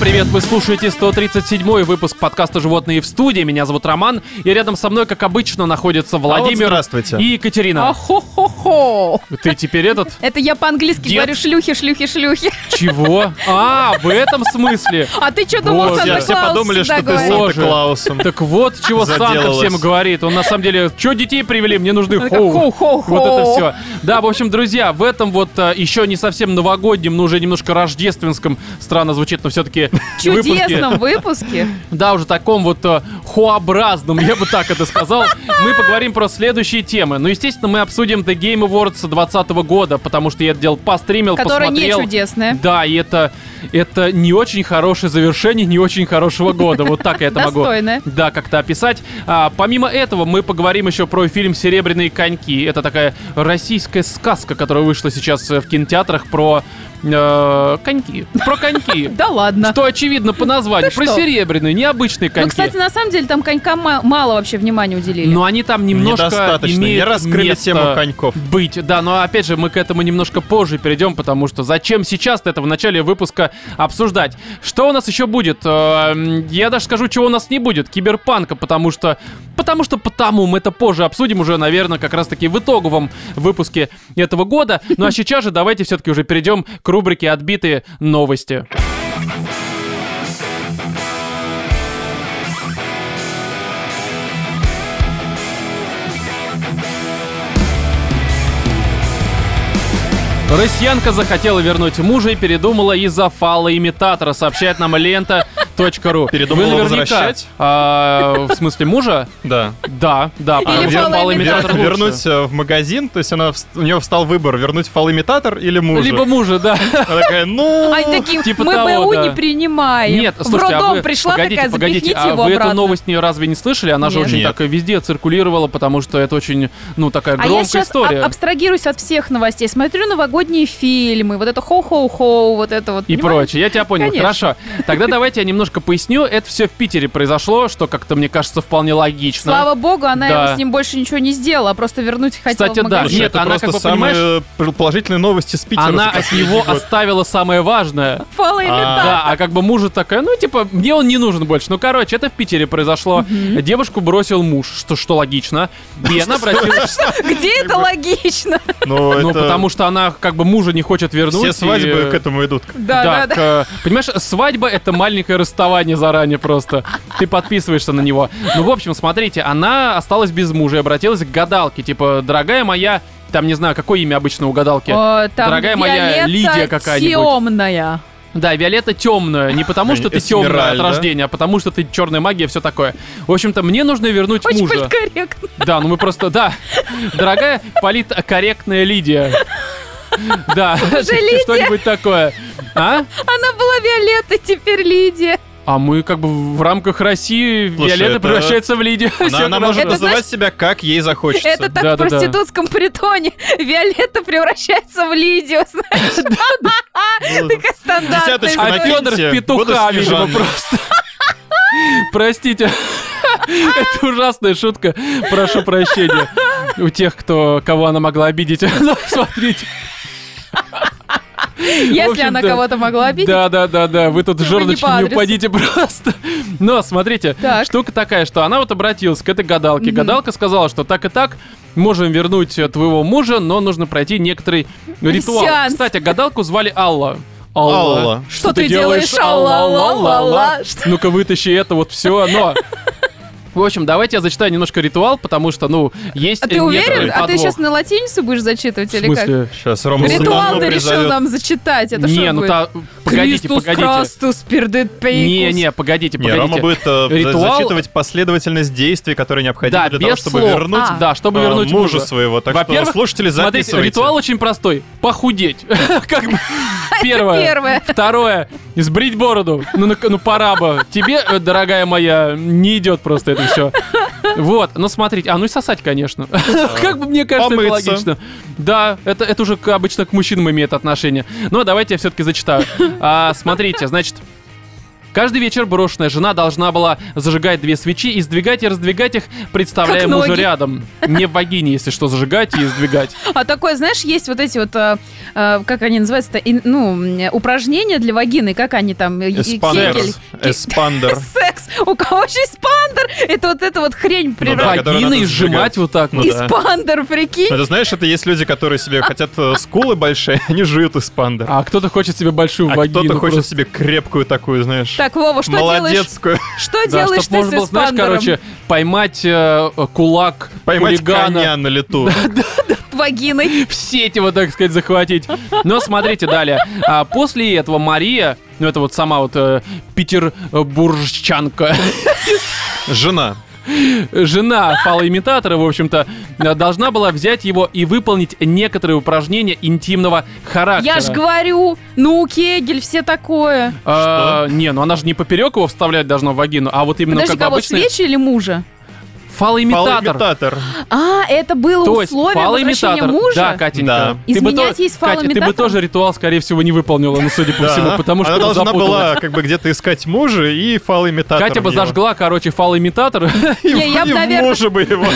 привет! Вы слушаете 137-й выпуск подкаста «Животные в студии». Меня зовут Роман, и рядом со мной, как обычно, находятся Владимир А здравствуйте. и Екатерина. Ахо-хо-хо. Ты теперь этот? А Это я по-английски Дед. говорю шлюхи, шлюхи, шлюхи. Чего? А, в этом смысле? А ты что думал, Вот, Все, я- Санта-Клаус все подумали, всегда что ты с говорит? Боже. Санта-Клаусом. Так вот, чего Санта Заделалась. всем говорит. Он на самом деле, что детей привели, мне нужны Он такой, хоу. «Хоу-хоу-хоу». Вот это все. Да, в общем, друзья, в этом вот а, еще не совсем новогоднем, но уже немножко рождественском, странно звучит, но все-таки чудесном выпуске. Да, уже таком вот э, хообразном, я бы так это сказал. Мы поговорим про следующие темы. Ну, естественно, мы обсудим The Game Awards 2020 года, потому что я это дело постримил, Которое не посмотрел. чудесное. Да, и это, это не очень хорошее завершение не очень хорошего года. Вот так я это могу. Достойное. Да, как-то описать. А, помимо этого, мы поговорим еще про фильм «Серебряные коньки». Это такая российская сказка, которая вышла сейчас э, в кинотеатрах про э, коньки. Про коньки. Да ладно. Что очевидно по названию. Ты Про что? серебряные, необычные коньки. Ну, Ну, кстати, на самом деле там конькам ма- мало вообще внимания уделили. но они там немножко Недостаточно. имеют Не раскрыли место тему коньков. Быть, да, но опять же мы к этому немножко позже перейдем, потому что зачем сейчас это в начале выпуска обсуждать? Что у нас еще будет? Эм, Я даже скажу, чего у нас не будет. Киберпанка, потому что... Потому что потому мы это позже обсудим уже, наверное, как раз-таки в итоговом выпуске этого года. Ну а сейчас же давайте все-таки уже перейдем к рубрике «Отбитые новости». Россиянка захотела вернуть мужа и передумала из-за фала имитатора, сообщает нам лента.ру. Передумала Вы наверняка- возвращать? А, в смысле мужа? Да. Да, да, потому Или что фалоимитатор фалоимитатор Вер- лучше. Вернуть э, в магазин, то есть она вс- у нее встал выбор, вернуть фал-имитатор или мужа. Либо мужа, да. Она такая, ну... Они такие, типа мы того, БУ да. не принимаем. Нет, В слушайте, а роддом вы- пришла погодите, такая, погодите, запихните а его вы обратно. эту новость не разве не слышали? Она же Нет. очень Нет. так везде циркулировала, потому что это очень, ну, такая А я громкая сейчас история. аб- абстрагируюсь от всех новостей. Смотрю новогодние фильмы, вот это хоу-хоу-хоу, вот это вот. И понимаешь? прочее. Я тебя понял. Конечно. Хорошо. Тогда давайте я немножко поясню. Это все в Питере произошло, что как-то, мне кажется, вполне логично. Слава богу, она ну. Да. с ним больше ничего не сделала, а просто вернуть хотела Кстати, в да. магазин. Слушай, нет, это она, просто как бы, самые пол- положительные новости с Питера. Она за от него последний год. оставила самое важное. Фалоимитатор. Да, а как бы мужа такая, ну, типа, мне он не нужен больше. Ну, короче, это в Питере произошло. Девушку бросил муж, что, что логично. И она обратилась... Где это логично? Ну, Ну, это потому что она как бы мужа не хочет вернуть. все и- свадьбы к этому идут. Да, да, Так, да. э, понимаешь, свадьба это маленькое расставание заранее просто. Ты подписываешься на него. Ну, в общем, смотрите, она осталась без мужа и обратилась к гадалке. Типа, дорогая моя, там не знаю, какое имя обычно у гадалки. О, там Дорогая моя Виолетта Лидия какая-нибудь. Темная. Да, Виолетта темная, не потому что ты темная от Эсмеральда. рождения, а потому что ты черная магия, все такое. В общем-то, мне нужно вернуть Очень мужа. политкорректно. Да, ну мы просто, да, дорогая политкорректная Лидия. Да, Лидия. что-нибудь такое. А? Она была Виолетта, теперь Лидия. А мы как бы в рамках России Слушай, Виолетта это- превращается в Лидию. Она, Всё она хорошо. может Это называть знаешь- себя как ей захочется. Это так Да, в да, да. проститутском притоне. Виолетта превращается в Лидию, знаешь. Такая стандартная Ну, Десяточку А история. накинь. Федор накиньте, в петуха, буду видимо, снежанной. просто. Простите. Это ужасная шутка. Прошу прощения у тех, кто кого она могла обидеть. Но смотрите. в Если общем-то, она кого-то могла обидеть. Да, да, да, да. Вы тут Вы не жерночки по не адресу. упадите просто. Но смотрите, Так. штука такая, что она вот обратилась к этой гадалке. Гадалка сказала, что так и так можем вернуть э, твоего мужа, но нужно пройти некоторый ритуал. Сеанс. Кстати, гадалку звали Алла. Алла. Что ты делаешь, Алла, Алла, Алла, Алла? Алла? Что? Ну-ка вытащи это вот все, но... В общем, давайте я зачитаю немножко ритуал, потому что, ну, есть А ты э, уверен? некоторый А ты подвох. сейчас на латиницу будешь зачитывать В или как? смысле? ну, Сейчас Рома Ритуал Сатану ты решил призовет. нам зачитать. Это Не, что ну будет? та... Погодите, Христус погодите. Крастус пердит пейкус. Не, не, погодите, Не, Рома погодите. будет э, за- Ритуал- зачитывать последовательность действий, которые необходимы Да, для того, без чтобы слов. вернуть А. Да, чтобы э, вернуть мужа мужа. своего. Так Во-первых, что слушатели записывайте. Смотрите, ритуал очень простой. Похудеть. Как бы первое. Первое. Второе. Сбрить бороду. Ну, ну, ну, пора бы. Тебе, э, дорогая моя, не идет просто это все. Вот, ну смотрите, а ну и сосать, конечно. Как бы мне кажется, это Помыться. логично. Да, это, это уже к- обычно к мужчинам имеет отношение. Но давайте я все-таки зачитаю. А, смотрите, значит, Каждый вечер брошенная жена должна была зажигать две свечи и сдвигать и раздвигать их, представляя Как мужа ноги. рядом. Не в вагине, если что, зажигать и сдвигать. А такое, знаешь, есть вот эти вот, э, э, как они называются-то, ин- ну, м, упражнения для вагины, как они там? э, э, Эспандер. кегель. Ке- Эспандер. Секс. У кого же испандер? Это вот эта вот Ну хрень да, природа. которую надо Вагины сжимать сжигать. вот так Ну вот. да. Испандер, прикинь. Ну, ты знаешь, это есть люди, которые себе хотят э, скулы большие, они жуют эспандер. А кто-то хочет себе большую А вагину. кто-то хочет просто. себе крепкую такую, знаешь, Так, Вова, что делаешь? молодецкую. Что Да, делаешь чтоб ты с можно было, знаешь, испандером? короче, поймать э, э, кулак Поймать хулигана. коня на лету. Вагиной. в сеть его, так сказать, захватить. Но смотрите далее. А после этого Мария, ну это вот сама вот э, петербуржчанка, Жена. жена фалоимитатора, в общем-то, э, должна была взять его и выполнить некоторые упражнения интимного характера. Я ж говорю, ну, кегель, все такое. А, не, ну она же не поперек его вставлять должна в вагину, а вот именно Подожди, как кого, обычный свечи или мужа? фалоимитатор. Фалоимитатор. А, это было То есть условие возвращения фалоимитатор. мужа? Да, Катенька. Да. Ты бы Изменять то- есть Катя, ты бы фалоимитатор? тоже ритуал, скорее всего, не выполнила, ну, судя по Да. всему, потому что Она должна запуталась. была как бы где-то искать мужа и фалоимитатор. Катя бы в него. зажгла, короче, фалоимитатор. И в- Не, я б, и в наверное, мужа бы его.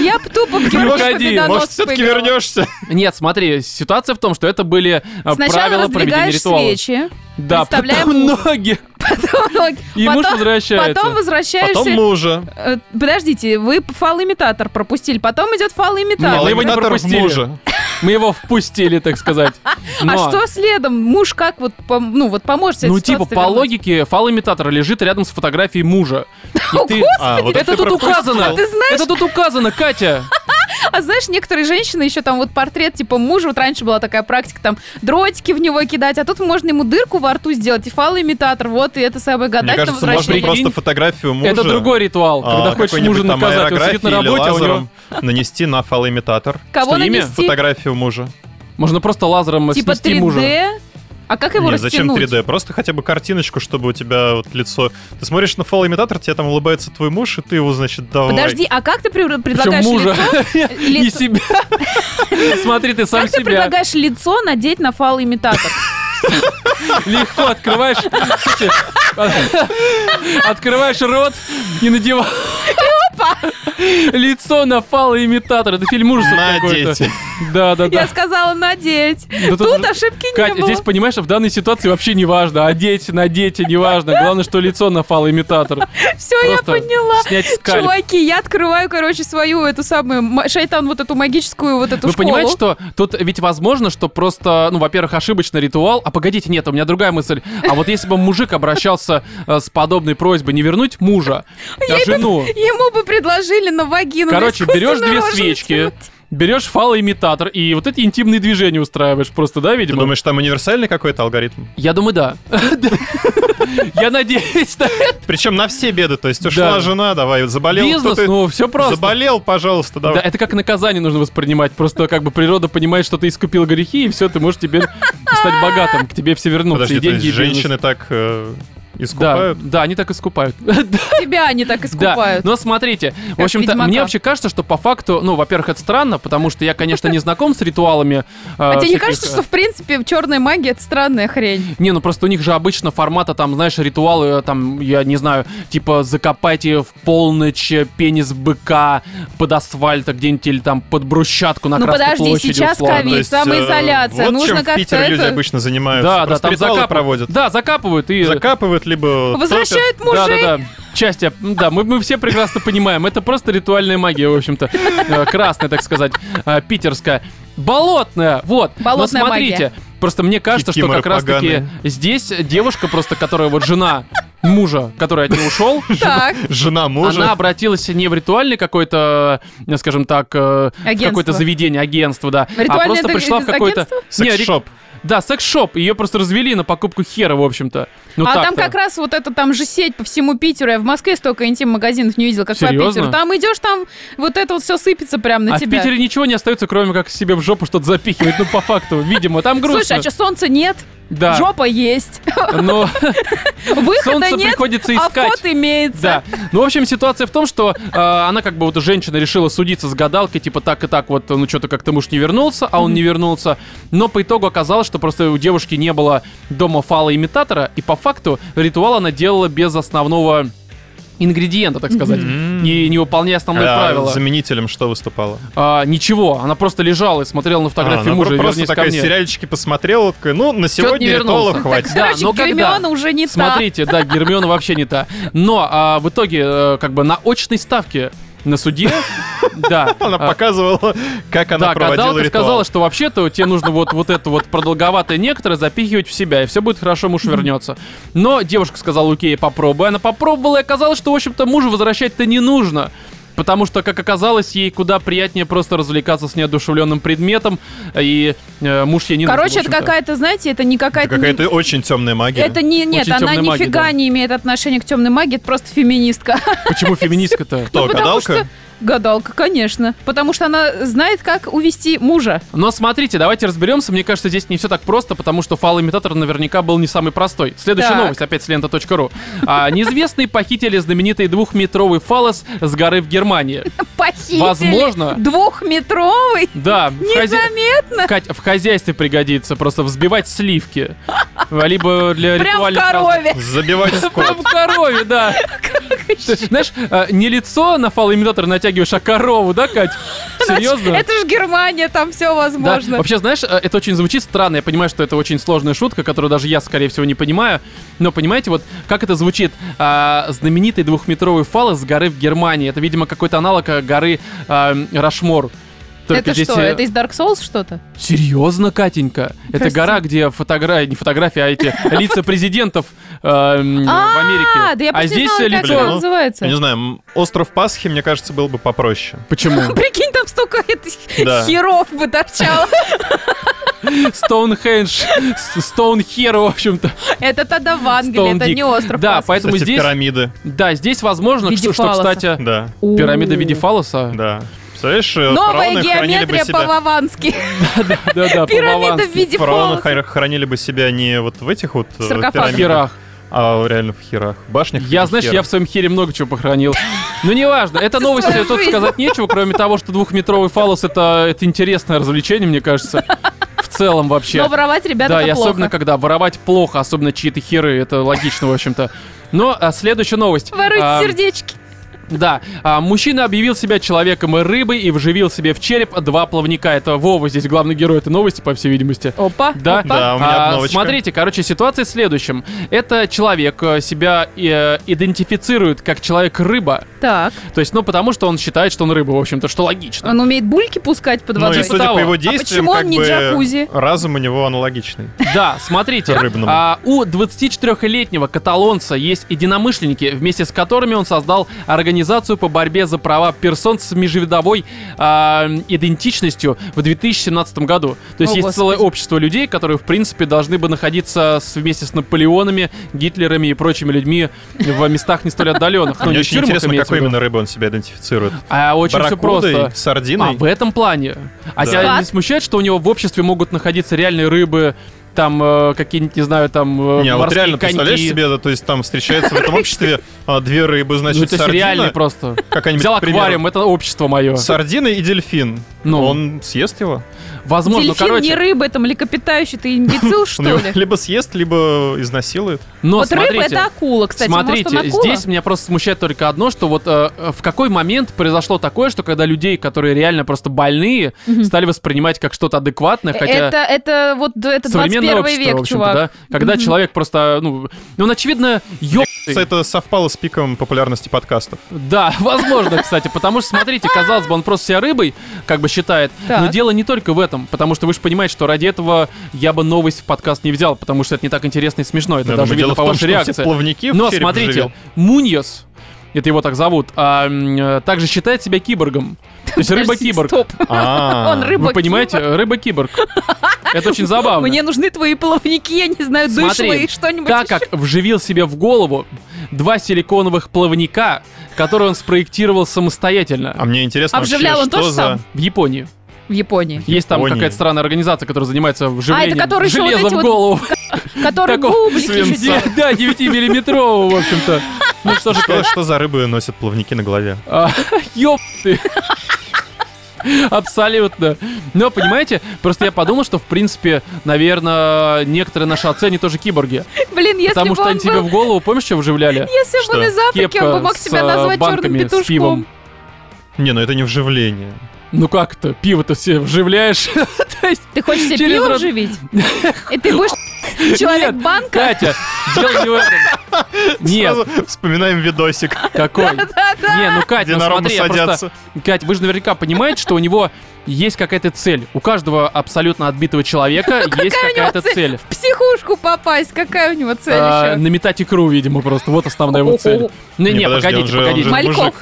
Я б тупо в Ну, Георгия погоди, Победоносца Может, все-таки поиграла. вернешься? Нет, смотри, ситуация в том, что это были а, Сначала правила проведения раздвигаешь ритуала. свечи, Да, Представляем потом мужа. ноги. потом, И муж возвращается. потом возвращаешься... Потом мужа. Э, Подождите, вы фал-имитатор пропустили, потом идет фал-имитатор. мы его не Фалоимитатор в пропустили. мужа. Мы его впустили, так сказать. Но- А что следом? Муж как вот, пом- ну вот поможете? Ну, типа, по логике, фалоимитатор лежит рядом с фотографией мужа. И О, ты- А, вот Это ты тут пропустил. указано. А ты знаешь- Это тут указано, Катя. А знаешь, некоторые женщины еще там вот портрет типа мужа, вот раньше была такая практика, там дротики в него кидать, а тут можно ему дырку во рту сделать и фалоимитатор, вот, и это Мне самое гадать на кажется, можно возвращение. просто фотографию мужа. Это другой ритуал. а, Когда хочешь какой-нибудь мужа там наказать, он сидит на аэрографией или работе, а у него... лазером нанести на фалоимитатор Кого что, имя? нанести? фотографию мужа. Можно просто лазером Типа снести 3D? мужа. А как его Не, зачем растянуть? 3D? Просто хотя бы картиночку, чтобы у тебя вот лицо... Ты смотришь на фалоимитатор, тебе там улыбается твой муж, и ты его, значит, давай. Подожди, а как ты при- Причем предлагаешь мужа. лицо? И лицо- себя. Смотри, ты сам Как ты себя. предлагаешь лицо надеть на фал-имитатор? Легко открываешь. Слушай, открываешь рот и надеваешь. Лицо на фалоимитатор. Это фильм ужасов а какой-то. Надеть. Да, да, да. Я сказала надеть. Да тут Тут же- ошибки не Катя, было. здесь, понимаешь, в данной ситуации вообще не важно. Одеть, надеть, не важно. Главное, что лицо на фалоимитатор. Все, я Просто поняла. снять скальп. Чуваки, я открываю, короче, свою эту самую м- шайтан, вот эту магическую вот эту Вы школу. понимаете, что тут ведь возможно, что просто, ну, во-первых, ошибочный ритуал. А погодите, нет, у меня другая мысль. А вот если бы мужик обращался э, с подобной просьбой не вернуть мужа, а жену. Ему бы предложили на вагину. на Короче, берешь две искусственную рожу свечки, натянуть. берешь фалоимитатор и вот эти интимные движения устраиваешь просто, да, Ты видимо? думаешь, там универсальный какой-то алгоритм? Я думаю, да. Я надеюсь, да. Причем на все беды, то есть ушла Да. жена, давай, заболел Бизнес, кто-то- ну, все просто. Заболел, пожалуйста, Да, давай. это как наказание нужно воспринимать. Просто как бы природа понимает, что ты искупил грехи, и все, ты можешь теперь стать богатым. К тебе ну, все вернутся, Подожди, и то есть деньги, и бизнес. женщины так э, Да, искупают? да, они так искупают. Тебя они так Да, Ну, искупают. но смотрите, в общем-то, ведьмака. мне вообще кажется, что по факту, ну, во-первых, это странно, потому что я, конечно, не знаком с ритуалами. э, А тебе не кажется, что в принципе черная магия это странная хрень? Не, ну просто у них же обычно формата там, знаешь, ритуалы, э, там, я не знаю, типа закопайте в полночь э, пенис быка под асфальт а где-нибудь или там под брусчатку на Ну, Красной подожди, площади, сейчас условно. То ковид. есть, э, самоизоляция, Вот нужно чем в как-то Питере люди это- обычно занимаются. Да, да, просто там ритуалы закапывают. проводят. Да, закапывают и... Закапывают, либо... Возвращают Да, мужей. да, да. Часть, я- да, мы, мы все прекрасно понимаем. Это просто ритуальная магия, в общем-то. Э, Красная, так сказать, э, питерская. Болотная, вот. Болотная Но смотрите, магия. просто мне кажется, что Кикиморы как раз-таки поганые. здесь девушка просто, которая вот жена мужа, который от нее ушел, Так. А топят. Жена мужа. она обратилась не в ритуальный какой-то, э, скажем так, э, в Агентство. какое-то заведение, агентство, да, а Ритуальное просто это пришла в какой-то... агентство? Не, ри- Секс-шоп. Да, секс-шоп. Ее просто развели на покупку хера, в общем-то. Ну, а так-то. там как раз вот это там же сеть по всему Питеру. Я в Москве столько интим-магазинов не видела, как Серьезно? по Питеру. Там идешь, там вот это вот все сыпется прямо на а тебя. в Питере ничего не остается, кроме как себе в жопу что-то запихивать. Ну, по факту, видимо, там грустно. Слушай, а что, солнца нет? Да. а Жопа есть. Но Выхода солнце нет, приходится а искать. вход имеется. Да. Ну, в общем, ситуация в том, что э, она как бы вот женщина решила судиться с гадалкой, типа так и так вот, ну что-то как-то муж не вернулся, а он не вернулся. Но по итогу оказалось, что просто у девушки не было дома фала-имитатора, и по факту ритуал она делала без основного ингредиента, так сказать, Мгм. и не выполняя основные А правила. Заменителем что выступала? А, ничего, она просто лежала и смотрела на А, фотографии ну, мужа. про- просто «Вернись ко такая мне». сериальчики посмотрела, такая, ну, на не сегодня вернулся. ритуалов хватит. Да, Короче, но когда? Гермиона уже не Смотрите, да, Гермиона вообще не та. Но а, в итоге, э, как бы на очной ставке на суде, да. Она а, показывала, как она да, проводила гадалка сказала, ритуал. что вообще-то тебе нужно вот, вот это вот продолговатое некоторое запихивать в себя, и все будет хорошо, муж вернется. Но девушка сказала, окей, попробуй. Она попробовала, и оказалось, что, в общем-то, мужа возвращать-то не нужно. Потому что, как оказалось, ей куда приятнее просто развлекаться с неодушевленным предметом, и э, муж ей не та. нужен, в Короче, это общем-то. какая-то, знаете, это не Это какая-то... не- какая-то очень темная магия. Это не, нет, Очень она тёмной магии, нифига да. не имеет отношения к темной магии, это просто феминистка. Почему феминистка-то? Кто, Ну, потому гадалка? что- Гадалка, конечно. Потому что она знает, как увести мужа. Но смотрите, давайте разберемся. Мне кажется, здесь не все так просто, потому что фал-имитатор наверняка был не самый простой. Следующая Так. новость, опять с лента.ру. А, неизвестные похитили знаменитый двухметровый фалос с горы в Германии. Похитили. Возможно. Двухметровый. Да, в, хозя- Незаметно. Кать, в хозяйстве пригодится просто взбивать сливки. Либо для Прям в ритуальных раз- корове. Забивать скот. Прям в корове, да. Ты знаешь, а, не лицо на фал-имитатор натягиваешь, а корову, да, Кать? Серьезно? Ну, Это же Германия, там все Да. возможно. Вообще, знаешь, э, это очень звучит странно. Я понимаю, что это очень сложная шутка, которую даже я, скорее всего, не понимаю. Но понимаете, вот как это звучит? А, знаменитый двухметровый фалос с горы в Германии. Это, видимо, какой-то аналог э, горы э, Рашмор. Только это здесь... что, э, это из Dark Souls что-то? Серьезно, Катенька? Это Прости. гора, где фотографии, не фотографии, а эти лица президентов э, м, в А, Америке. да я а просто не здесь знала, э, как лицо. это Блин, ну, называется. Я не знаю, м, остров Пасхи, мне кажется, был бы попроще. Почему? Прикинь, там столько этих Да. херов бы торчало. Стоунхендж, Стоунхер, в общем-то. Это тогда в Англии, Stone это Dick. не остров. Да, Пасхи. поэтому Кстати, здесь... пирамиды. Да, здесь возможно, В виде что, что, фалоса. кстати... Да, Пирамида в виде У. фалоса? да. Представляешь, э, Новая фараоны хранили бы геометрия себя... по-вавански. Да, да, Пирамида в виде Фараоны фалоса. хра- хранили бы себя не вот в этих вот э, Саркофагах. В Пирамида. херах. а реально в херах. В башнях. в Я, виде знаешь, хера. я в своем хере много чего похоронил. Ну, неважно. Это Ты новость, свою тут жизнь. сказать нечего, кроме того, что двухметровый фалос это, это интересное развлечение, мне кажется. В целом вообще. Но воровать, ребята, да, и это особенно плохо. когда воровать плохо, особенно чьи-то херы, это логично, в общем-то. Но а, следующая новость. Воруйте А, сердечки. Да, А, мужчина объявил себя человеком и рыбой и вживил себе в череп два плавника. Это Вова здесь главный герой этой новости, по всей видимости. Опа, Да. опа. Да, у меня А, обновочка. смотрите, короче, ситуация в следующем. Это человек э, себя э, идентифицирует как человек-рыба. Так, То есть, ну, потому что он считает, что он рыба, в общем-то, что логично. он умеет бульки пускать под Ну и водой. типа судя того. по его А действиям, почему как он не бы джакузи? разум у него аналогичный. Да, смотрите. Рыбному. а, у 24-летнего каталонца есть единомышленники, вместе с которыми он создал организацию по борье за права персон с межвидовой а, идентичностью в 2017 году. То есть О, есть Господи. целое общество людей, которые, в принципе, должны бы находиться с- вместе с Наполеонами, Гитлерами и прочими людьми в местах не столь отдаленных. Ну, Мне не в очень тюрьмах, интересно, имеется какой в виду. именно рыбой он себя идентифицирует. А очень все Барракудой, просто. А, Сардиной? в этом плане. А Да. тебя не Как? смущает, что у него в обществе могут находиться реальные рыбы, там э, какие-нибудь, не знаю, там э, Не, а вот морские реально, коньки? представляешь себе, да, то есть там встречается в этом обществе а, две рыбы, Ну, значит, то есть реальный сардина, просто. какая-нибудь, Взял к примеру, аквариум, это общество мое. Сардина и дельфин. Ну. Он съест его? Возможно, Дельфин Ну, короче. не рыба, это млекопитающий, ты имбецил, Он что его ли? либо съест, либо изнасилует. Но Вот смотрите, рыба это акула, кстати. Смотрите, Может, он акула? здесь меня просто смущает только одно, что вот э, э, в какой момент произошло такое, что когда людей, которые реально просто больные, Мгм. стали воспринимать как что-то адекватное, хотя... Это, это вот д- это 21 Современное общество, в век, общем-то, чувак. да? Когда Мгм. человек просто, ну, ну, он, очевидно, ёб... Это совпало с пиком популярности подкастов. Да, возможно, кстати, потому что, смотрите, казалось бы, он просто себя рыбой, как бы считает, но Так. дело не только в этом, потому что вы же понимаете, что ради этого я бы новость в подкаст не взял, потому что это не так интересно и смешно, это Да, даже но видно по дело в том, вашей что все реакции. плавники в Но череп смотрите, вживил. Муньес, это его так зовут, а, м, э, также считает себя киборгом. То есть Подожди, рыба-киборг. Стоп. А, Он рыба. Вы понимаете, рыба-киборг. Это очень забавно. Мне нужны твои плавники, я не знаю, Смотри, дышлы, что-нибудь так еще. как вживил себе в голову два силиконовых плавника, которые он спроектировал самостоятельно. А мне интересно А вообще, вживлял он что тоже за... сам? В Японии. в Японии. Есть там Японии. А, какая-то странная организация, которая занимается вживлением который еще вот железа эти в вот- голову. который Такого бублики еще свинца. делает. Да, 9-миллиметрового, в общем-то. Ну что же ты? Что, что за рыбы носят плавники на голове? А, Ёб ты. Абсолютно. Но, понимаете, просто я подумал, что, в принципе, наверное, некоторые наши отцы, они тоже киборги. Блин, если потому бы что он они тебе был... в голову, помнишь, что вживляли? Если бы он Что? из Африки, он бы мог с, себя э, назвать черным банками, с петушком. пивом. Не, ну это не вживление. Ну как то Пиво-то себе вживляешь. То есть, Ты хочешь себе Через пиво рот. вживить? И ты будешь человек-банка? Катя, дело не в этом. Нет, Сразу вспоминаем видосик. какой? Да-да-да. Не, ну, Катя, Где ну на раму смотри, я просто... садятся. Кать, вы же наверняка понимаете, что у него есть какая-то цель. У каждого абсолютно отбитого человека есть Ну, Какая у него какая-то цель. В психушку попасть, какая у него цель А, еще? Наметать икру, видимо, просто. Вот основная его цель. Ну, Не, не, подожди, он погодите, же- он погодите. же Мальков. мужик.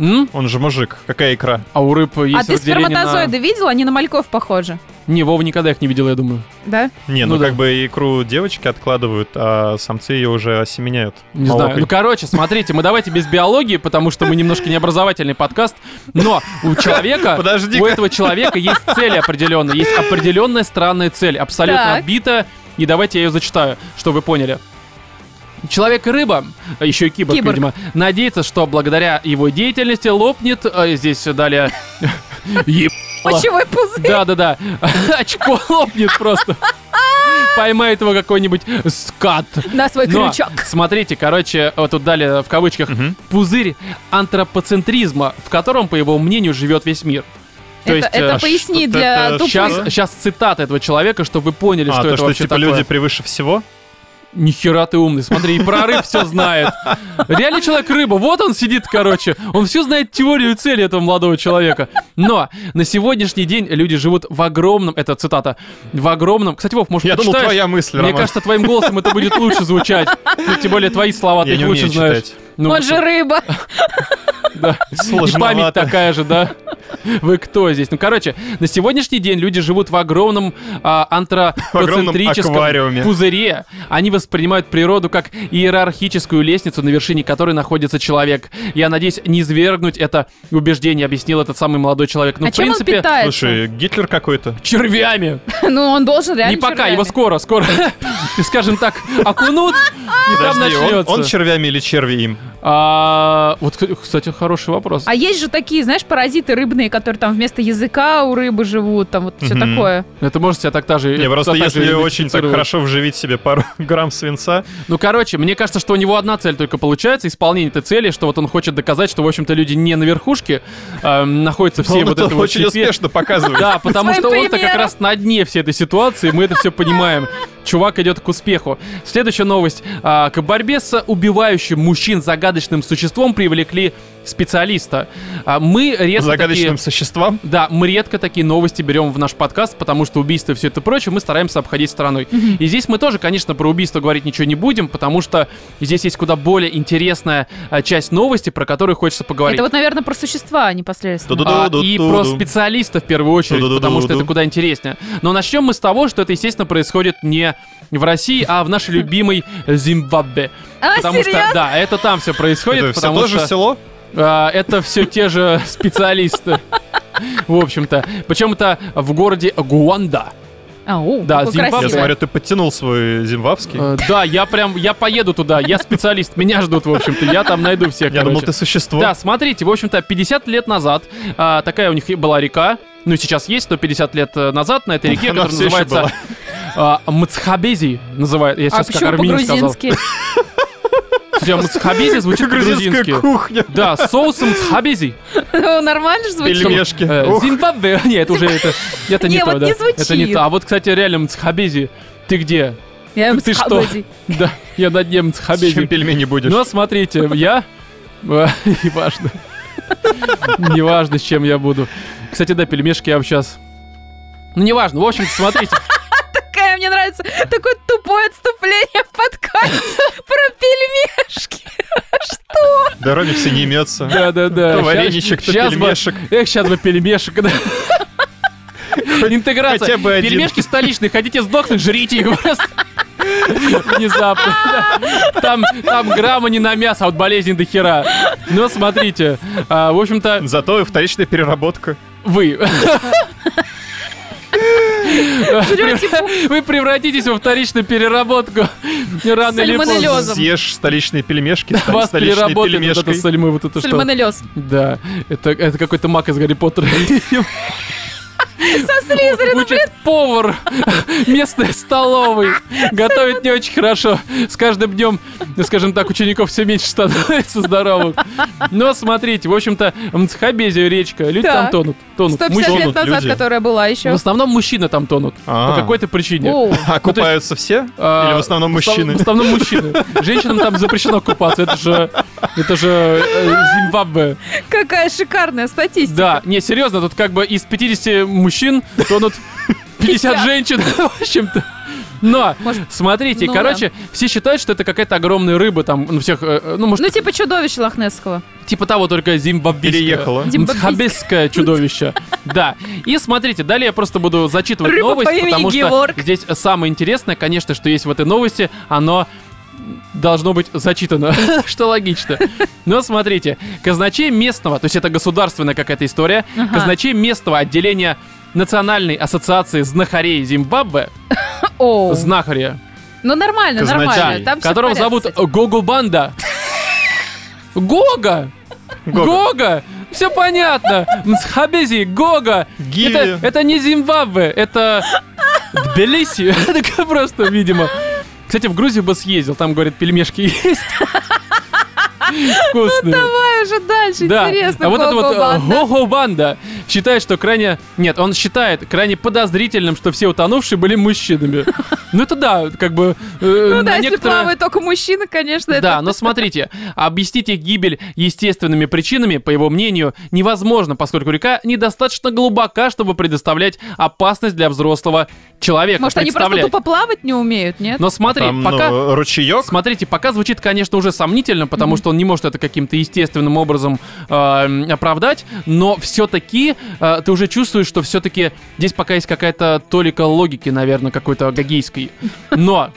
М? Он же мужик. Какая икра? А у рыб А есть ты разделение на- сперматозоиды видел? Они на мальков похожи. Не, Вова никогда их не видел, я думаю. Да? Не, Ну ну, да. как бы икру девочки откладывают, а самцы ее уже осеменяют. Не знаю. молокой. Ну, короче, смотрите, мы давайте без биологии, потому что мы немножко необразовательный подкаст. Но у человека, Подожди-ка. у этого человека есть цель определенная. Есть определенная странная цель, абсолютно Так. отбитая. И давайте я ее зачитаю, чтобы вы поняли. Человек и рыба, а еще и киборг, Киборг. видимо, надеется, что благодаря его деятельности лопнет, э, здесь далее, Еб- Мочевой пузырь. да-да-да, очко лопнет просто, поймает его какой-нибудь скат. На свой Но, крючок. смотрите, короче, вот тут дали в кавычках пузырь антропоцентризма, в котором, по его мнению, живет весь мир. То Это, есть, это э, поясни что-то для это тупых. Сейчас, Что? сейчас цитата этого человека, чтобы вы поняли, а, что то, это что вообще типа такое. люди превыше всего? Нихера ты умный, смотри, и прорыв все знает. Реально человек рыба, вот он сидит, короче. Он все знает теорию и цели этого молодого человека. Но на сегодняшний день люди живут в огромном, это цитата, в огромном... Кстати, Вов, может, Я думал, почитаешь? твоя мысль, Ну Мне Роман. кажется, твоим голосом это будет лучше звучать. Ну, Тем более твои слова ты я не их лучше умею знаешь. читать. Ну, он же рыба. да. И память Сложновато. такая же, да? Вы кто здесь? Ну, короче, на сегодняшний день люди живут в огромном а, антропоцентрическом В огромном аквариуме. пузыре. Они воспринимают природу как иерархическую лестницу, на вершине которой находится человек. Я надеюсь, не извергнуть это убеждение, объяснил этот самый молодой человек. Ну, а в чем он принципе, питается? Слушай, Гитлер какой-то. червями. Ну, он должен реально не пока, червями. его скоро, скоро, скажем так, окунут, и там Подожди, он- начнется. он, червями или черви им? А, вот, кстати, хороший вопрос. А есть же такие, знаешь, паразиты рыбные, которые там вместо языка у рыбы живут, там вот все Мгм. такое. Это может себя так даже... Не, просто так же если очень так идентифицировать. хорошо вживить себе пару грамм свинца, Ну, короче, мне кажется, что у него одна цель только получается, исполнение этой цели, что вот он хочет доказать, что, в общем-то, люди не на верхушке э, находятся все он вот это это вот очень щепе- успешно показывает. Да, потому Своим что он-то как примером. раз на дне всей этой ситуации, мы это все понимаем. Чувак идет к успеху. Следующая новость. А, К борьбе с убивающим мужчин загадочным существом привлекли специалиста. А, Мы редко такие- Загадочным существам. да, мы редко такие новости берем в наш подкаст, потому что убийство и все это прочее мы стараемся обходить стороной. И здесь мы тоже, конечно, про убийство говорить ничего не будем, потому что здесь есть куда более интересная а, часть новости, про которую хочется поговорить. Это вот, наверное, про существа непосредственно. Ту-ду. А, и Ду-ду-ду-ду. про специалиста в первую очередь, Ду-ду-ду-ду-ду. потому что это куда интереснее. Но начнем мы с того, что это, естественно, происходит не в России, а в нашей любимой Зимбабве. А, потому серьезно? что, да, это там все происходит, Это все потому тоже что... село? А, Это все те же специалисты. В общем-то. Причем это в городе Гуанда. Ау, Да, А, Зимбабве. Я какой Правда. красивый. смотрю, ты подтянул свой зимбабский. Э, Да, я прям, я поеду туда, я специалист, меня ждут, в общем-то, я там найду всех. Я думал, короче. ты существо. Да, смотрите, в общем-то, 50 лет назад а, такая у них и была река, ну сейчас есть, но 50 лет э, назад на этой реке, Она которая всё ещё называется а, Мцхабези, называет, я А сейчас как почему армянин сказал. по-грузински? Хотя Мцхабези звучит Грузинская по-грузински. кухня. Да, с соусом Мцхабези. Ну, Нормально же звучит. Пельмешки. Э, Ух. Зимбабве. Нет, это уже это, это не, Не, то, вот да. не звучит. Это не то. А вот, кстати, реально Мцхабези. Ты где? Я им Ты что? сказала. Да, я на дне С чем Мцхабези. пельмени будешь? Но смотрите, я... э, Неважно. Неважно, с чем я буду. Кстати, да, пельмешки я сейчас... Ну, неважно. В общем, смотрите. Какая мне нравится. Такое тупое отступление в подкасте про пельмешки. Да, Ромик все не имется. Да-да-да. То вареничек, то Щас- щас бы- пельмешек. Эх, сейчас бы пельмешек, да. Интеграция. хотя бы один. Пельмешки столичные, хотите сдохнуть, жрите их просто. Внезапно. да. Там, там грамма не на мясо, а вот болезни до хера. Но смотрите, а, в общем-то, Зато и вторичная переработка. вы. Жрете пух. Вы превратитесь во вторичную переработку рано или поздно. Сальмонеллезом. Съешь столичные пельмешки, стань Вас столичной переработают вот пельмешкой. А это сальмы, вот это что. Сальмонеллез. Да, это, это какой-то маг из Гарри Поттера. Со слизерина, ну, блин. Учит повар местной столовой. Готовит не очень хорошо. С каждым днем, скажем так, учеников все меньше становится здоровых. Но смотрите, в общем-то, Мцхабезия речка. Люди там Так. тонут. тонут. 150 лет тонут назад, люди. которая была еще. В основном мужчины там тонут. По А. какой-то причине. А Оу. Ну, то есть, купаются все? а, Или в основном в основ- мужчины? В основном мужчины. Женщинам там запрещено купаться. Это же, это же э, Зимбабве. Какая шикарная статистика. Да, не, серьезно, тут как бы из 50 мужчин тонут 50 женщин, в общем-то. Но, смотрите, Ну короче, все считают, что это какая-то огромная рыба там, ну, всех, э, э, ну, может, Ну, типа чудовище Лохнесского. типа того, только зимбабвийская. Переехала. Зимбабвийская. Мцхабесское чудовище. Да. И смотрите, далее я просто буду зачитывать Рыба по новость, имени потому Георг. что здесь самое интересное, конечно, что есть в этой новости, оно должно быть зачитано, что логично. Но смотрите, казначей местного, то есть это государственная какая-то история, Ага. казначей местного отделения Национальной ассоциации знахарей Зимбабве, Оу. знахаря, Ну, нормально, Казначей, нормально. Там всё в которого порядке, зовут кстати. Гогу Банда. Гога! Гога. Гога! Все понятно! Мцхабези, Гога! Гиви. Это, это не Зимбабве, это Тбилиси. Так просто, видимо. Кстати, в Грузию бы съездил, там, говорят, пельмешки есть. Вкусные. Давай уже дальше, Да. интересно. а вот это вот э, Коко-банда. Гого-банда считает, что крайне... Нет, он считает крайне подозрительным, что все утонувшие были мужчинами. Ну это да, как бы... э, Ну да, если плавают только мужчины, конечно, Да, это... но смотрите, объяснить их гибель естественными причинами, по его мнению, невозможно, поскольку река недостаточно глубока, чтобы предоставлять опасность для взрослого человека. Может, они просто Представлять. тупо плавать не умеют, нет? Но смотри, Там, пока... ну, ручеек. Смотрите, пока звучит, конечно, уже сомнительно, потому что он не может это каким-то естественным образом э, оправдать, но все-таки э, ты уже чувствуешь, что все-таки здесь пока есть какая-то толика логики, наверное, какой-то гагейской. Но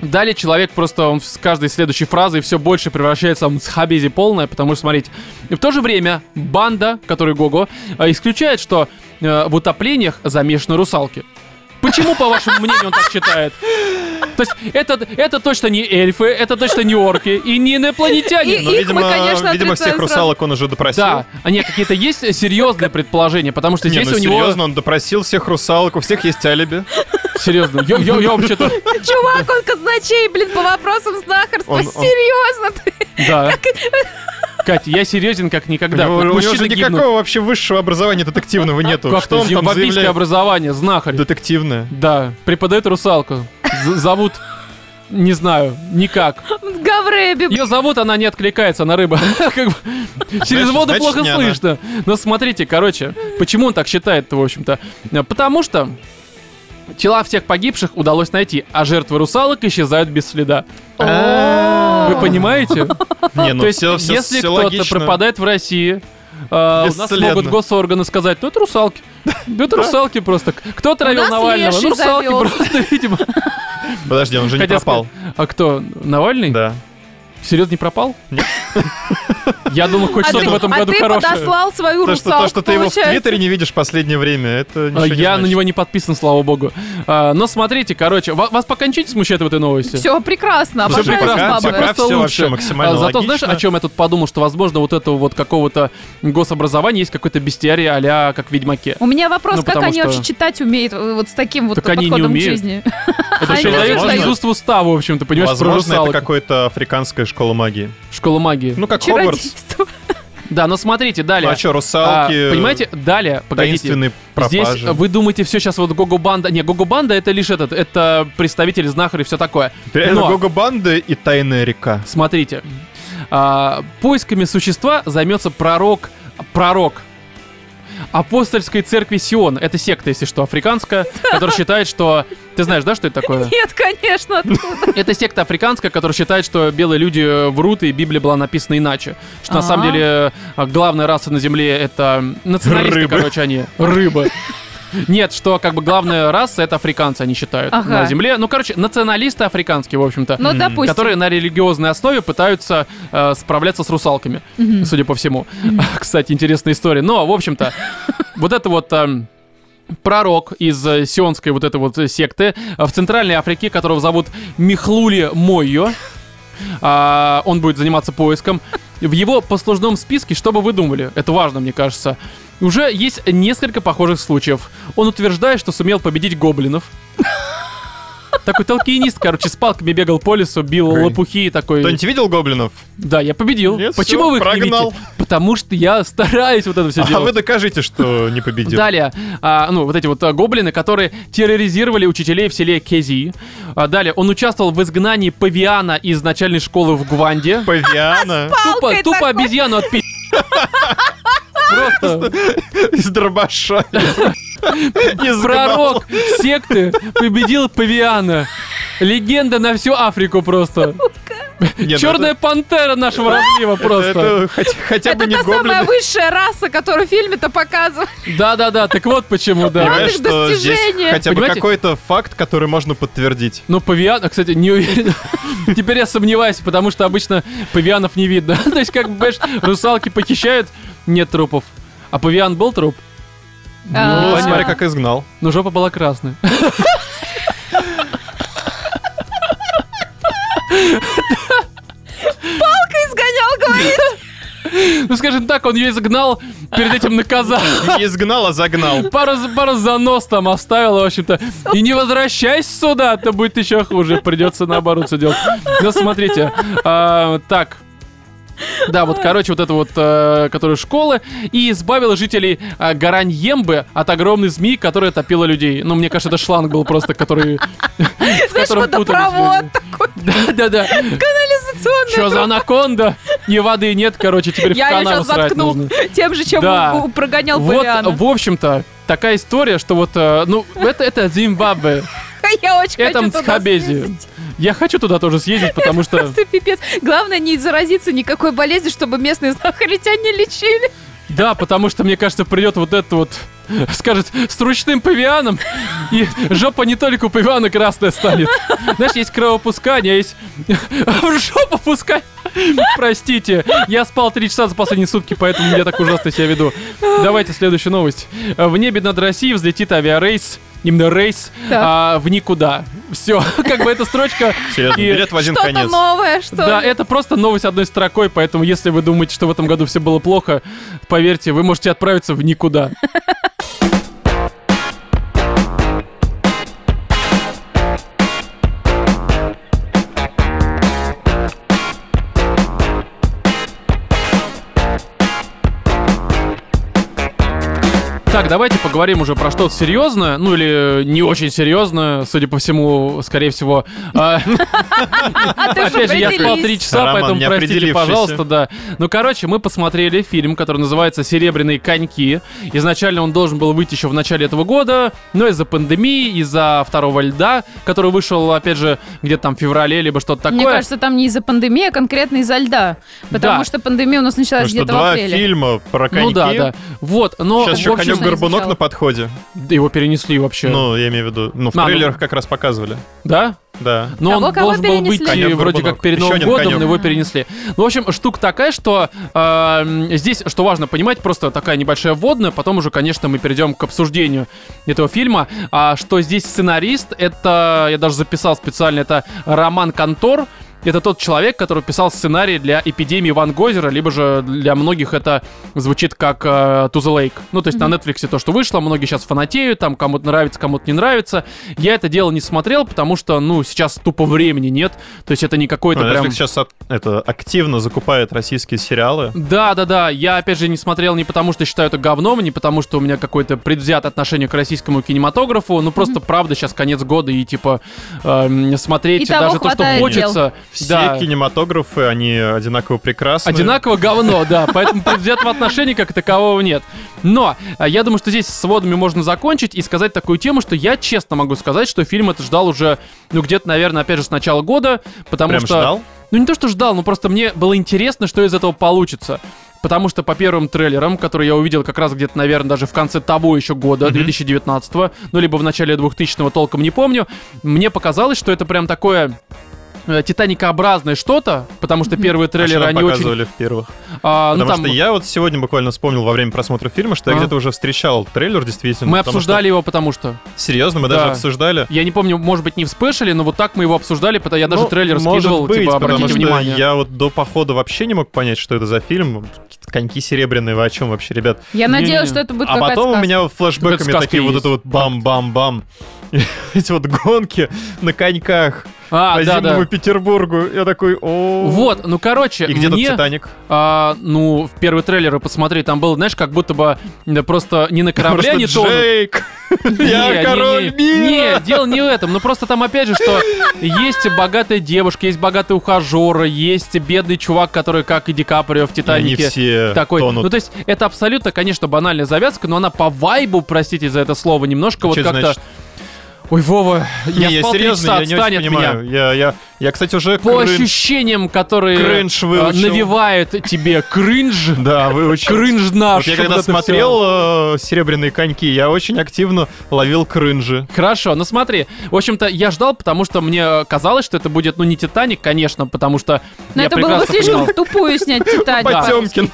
далее человек просто он с каждой следующей фразой все больше превращается в схабези полное, потому что, смотрите, в то же время банда, который Гого, э, исключает, что э, в утоплениях замешаны русалки. Почему, по вашему мнению, он так считает? То есть это, это точно не эльфы, это точно не орки и не инопланетяне. И- Ну, их мы, видимо, конечно, видимо, всех отрицаем сразу. русалок он уже допросил. Да, а нет, какие-то есть серьезные предположения, потому что Не, здесь ну у него... серьезно, он допросил всех русалок, у всех есть алиби. Серьезно, я, я- я вообще-то... Чувак, он казначей, блин, по вопросам знахарства. Он- он- Серьезно, ты Да. Катя, я серьезен как никогда. у, него, у него Мужчины же гибнут. никакого вообще высшего образования детективного нету. Как Что то он там зимбабвийское заявляет? образование, знахарь. Детективное. Да, преподает русалку. З- Зовут... Не знаю, никак. Гавреби, блин. Ее зовут, она не откликается, она рыба. Как бы Через Значит, воду значит, плохо не она. слышно. Но смотрите, короче, почему он так считает-то, в общем-то? Э, Потому что тела всех погибших удалось найти, а жертвы русалок исчезают без следа. Вы понимаете? Не, ну То есть, всё- всё- если всё кто-то логично. пропадает в России, э, у нас Бесследно. могут госорганы сказать, ну это русалки. Ну это русалки просто. Кто травил нас Навального? леший Ну русалки завёл. просто, видимо. Подожди, он же не Хотел пропал. сказать, А кто? Навальный? Да. Серьезно не пропал? Нет. Я думал, хоть А что-то ты- в этом а году ты хорошее. подослал свою То, что, то, русалку, что ты его в получается. Твиттере не видишь последнее время, Ну, это А, ничего не Я на значит. него не подписан, слава богу. А, Но смотрите, короче, ва- вас пока ничего не смущает в этой новости? Все прекрасно, Всё обожаю прекрасно, бабы. пока Просто всё лучше. вообще максимально А, Зато логично. знаешь, о чем я тут подумал, что, возможно, вот этого вот какого-то гособразования есть какой-то бестиарий а как в Ведьмаке. У меня вопрос, Ну, как потому они что- вообще читать умеют э, вот с таким вот Так они не подходом к умеют. жизни? Это А еще это дается Ну, возможно. из уст в уста, в общем-то, понимаешь, про Возможно, это русалок. какая-то африканская школа магии. Школа магии. Ну, как Хогвартс. Чародейство. Да, но смотрите, Ну, далее. а э, что, А, русалки, понимаете, далее, погодите. таинственные пропажи. Здесь вы думаете, все сейчас вот Гого Банда. Не, Гого Банда это лишь этот, это представители знахарь и все такое. Реально Но- Гого-банды и тайная река. Смотрите. а, поисками существа займется пророк. Пророк. Апостольской церкви Сион. Это секта, если что, африканская, которая считает, что... Ты знаешь, да, что это такое? Нет, конечно. откуда? Это секта африканская, которая считает, что белые люди э, врут, и Библия была написана иначе. Что на А. самом деле э, главная раса на Земле это националисты, Рыбы. короче, они. Рыбы. Нет, что как бы главная раса это африканцы, они считают, Ага. на Земле. Ну, короче, националисты африканские, в общем-то. Ну, допустим. Которые на религиозной основе пытаются э, справляться с русалками, судя по всему. Кстати, интересная история. Но, в общем-то, вот это вот эм, пророк из э, сионской вот этой вот э, секты э, в Центральной Африке, которого зовут Михлули Мойо. А, он будет заниматься поиском. В его послужном списке, что бы вы думали, это важно, мне кажется, уже есть несколько похожих случаев. Он утверждает, что сумел победить гоблинов. Такой толкинист, короче, с палками бегал по лесу, бил Ой. лопухи и такой... Кто-нибудь видел гоблинов? Да, я победил. Нет, Почему всё, вы их не прогнал. видите? Потому что я стараюсь вот это все А делать. вы докажите, что не победил. Далее, а, ну, вот эти вот а, гоблины, которые терроризировали учителей в селе Кези. А, далее, он участвовал в изгнании павиана из начальной школы в Гванде. Павиана. Тупо, Палкой тупо такой. обезьяну отпи... Просто Из дробаша. Из пророк секты победил павиана. Легенда на всю Африку просто. Нет, Черная пантера нашего разлива ну это- это- просто. это хоть- Хотя бы Это не та самая гоблины. высшая раса, которую в фильме-то показывают. Да-да-да, так вот почему, да. Понимаешь, их что здесь достижения. хотя бы Понимаете? какой-то факт, который можно подтвердить. Ну, павиана, кстати, не уверен. Теперь я сомневаюсь, потому что обычно павианов не видно. То есть, как бэш, русалки похищают, нет трупов. А павиан был труп? А. Ну, смотри, как изгнал. Но жопа была красная. Палка изгонял, говорит. Ну, скажем так, он ее изгнал, перед этим наказал. Не изгнал, а загнал. Пару, пару занос там оставил, в общем-то. И не возвращайся сюда, а то будет еще хуже. Придется наоборот все делать. Ну, смотрите. а, так. Да, вот, короче, вот это вот, э, которые школы, и избавила жителей э, Гараньембы от огромной змеи, которая топила людей. Ну, мне кажется, это шланг был просто, который... Знаешь, которым водопровод такой Да-да-да. Что канализационный. за анаконда? Ни воды нет, короче, теперь в Я ее канал сейчас срать заткнул нужно. тем же, чем Да. у- у- прогонял Вот, Павиана. в общем-то, такая история, что вот, э, ну, это, это Зимбабве. Я очень Это хочу туда Мцхабези. съездить. Я хочу туда тоже съездить, потому что... Просто пипец. Главное не заразиться никакой болезнью, чтобы местные знахари тебя не лечили. Да, потому что, мне кажется, придет вот этот вот... Скажет, с ручным павианом, и жопа не только у павиана красная станет. Знаешь, есть кровопускание, а есть... В жопу пускай! Простите, я спал три часа за последние сутки, поэтому я так ужасно себя веду. Давайте следующую новость. В небе над Россией взлетит авиарейс, именно рейс, Так. а, в никуда. Все, как бы эта строчка Серьезно, И билет в один Что-то конец. новое, что да, э, ли? это просто новость одной строкой, поэтому если вы думаете, что в этом году все было плохо, поверьте, вы можете отправиться в никуда. Так, давайте поговорим уже про что-то серьезное, ну или не очень серьезное, судя по всему, скорее всего. А, а ты Опять же, я спал определись. три часа, Роман, поэтому не простите, определившийся. пожалуйста, да. Ну, короче, мы посмотрели фильм, который называется «Серебряные коньки». Изначально он должен был выйти еще в начале этого года, но из-за пандемии, из-за «Второго льда», который вышел, опять же, где-то там в феврале, либо что-то такое. Мне кажется, там не из-за пандемии, а конкретно из-за льда. Потому Да. что пандемия у нас началась Потому что где-то в два апреле. фильма про коньки. ну да, да. Вот, но Сейчас в еще общем, конек конек-горбунок изначал. на подходе. его перенесли вообще. Ну, я имею в виду. Ну, в А, ну. трейлерах как раз показывали. Да? Да. Но Кого- он кого должен был перенесли? выйти вроде Конек Горбунок. как перед Еще Новым один годом, конек. но его перенесли. Ну, в общем, штука такая, что э, м, здесь, что важно понимать, просто такая небольшая вводная, потом уже, конечно, мы перейдем к обсуждению этого фильма, а, что здесь сценарист, это, я даже записал специально, это Роман Контор, это тот человек, который писал сценарий для эпидемии Ван Гозера, либо же для многих это звучит как э, To the Lake. Ну, то есть на Netflix то, что вышло, многие сейчас фанатеют, там кому-то нравится, кому-то не нравится. Я это дело не смотрел, потому что, ну, сейчас тупо времени нет. То есть это не какой-то Ну, Netflix прям... сейчас от- это, активно закупает российские сериалы. Да, да, да. Я опять же не смотрел не потому, что считаю это говном, не потому, что у меня какое-то предвзятое отношение к российскому кинематографу. Ну просто правда, сейчас конец года, и типа эм, смотреть И того даже то, что хватает хочется. Все да. кинематографы, они одинаково прекрасны. Одинаково говно, да. Поэтому предвзятого отношения как такового нет. Но а, я думаю, что здесь с водами можно закончить и сказать такую тему, что я честно могу сказать, что фильм это ждал уже, ну, где-то, наверное, опять же, с начала года. Потому Прям что. ждал. А Ну не то, что ждал, но просто мне было интересно, что из этого получится. Потому что по первым трейлерам, которые я увидел как раз где-то, наверное, даже в конце того еще года, 2019-го, ну либо в начале 2000-го, толком не помню, мне показалось, что это прям такое э, титаникообразное что-то, потому что первые трейлеры, А что нам они очень... показывали в первых. а, ну, потому там что я вот сегодня буквально вспомнил во время просмотра фильма, что я А. где-то уже встречал трейлер, действительно. Мы потому обсуждали его, потому что... что- Серьезно, мы Да. даже обсуждали. Я не помню, может быть, не в спешле, но вот так мы его обсуждали, потому я даже Ну, трейлер может скидывал, быть, типа, потому обратите что внимание. Я вот до похода вообще не мог понять, что это за фильм. Какие-то Коньки серебряные, вы о чем вообще, ребят? Я Не-не-не. надеялась, что это будет а какая-то потом у сказка. меня Какая-то флешбэками сказка такие вот есть. это вот бам-бам-бам. Эти вот гонки на коньках А, по да, зимнему да. Петербургу. Я такой, о Вот, ну короче, И где тут мне, Титаник? а, ну, в первый трейлер посмотри, там было, знаешь, как будто бы да, просто не на корабле Просто они тонут. Джейк! Не, Я не, король не, мира! Не, дело не в этом. Ну просто там опять же, что есть богатая девушка, есть богатые ухажеры, есть бедный чувак, который, как и Ди Каприо в И Они Титанике, все такой. тонут. Ну, то есть, это абсолютно, конечно, банальная завязка, но она по вайбу, простите за это слово, немножко вот А Чё как-то. значит? Ой, Вова, я Не, спал три серьезно, часа, я не отстань очень от понимаю. меня. Я, я, я, кстати, уже По крынж, ощущениям, которые кринж э, выучил. навевает тебе кринж, да, выучил. кринж Вот наш. я вот когда это всё. смотрел э, «Серебряные коньки», я очень активно ловил крынжи. Хорошо, ну смотри, в общем-то, я ждал, потому что мне э, казалось, что это будет, ну, не Титаник, конечно, потому что Но я это было бы прекрасно слишком понимал. в тупую снять Титаник. Потемкин.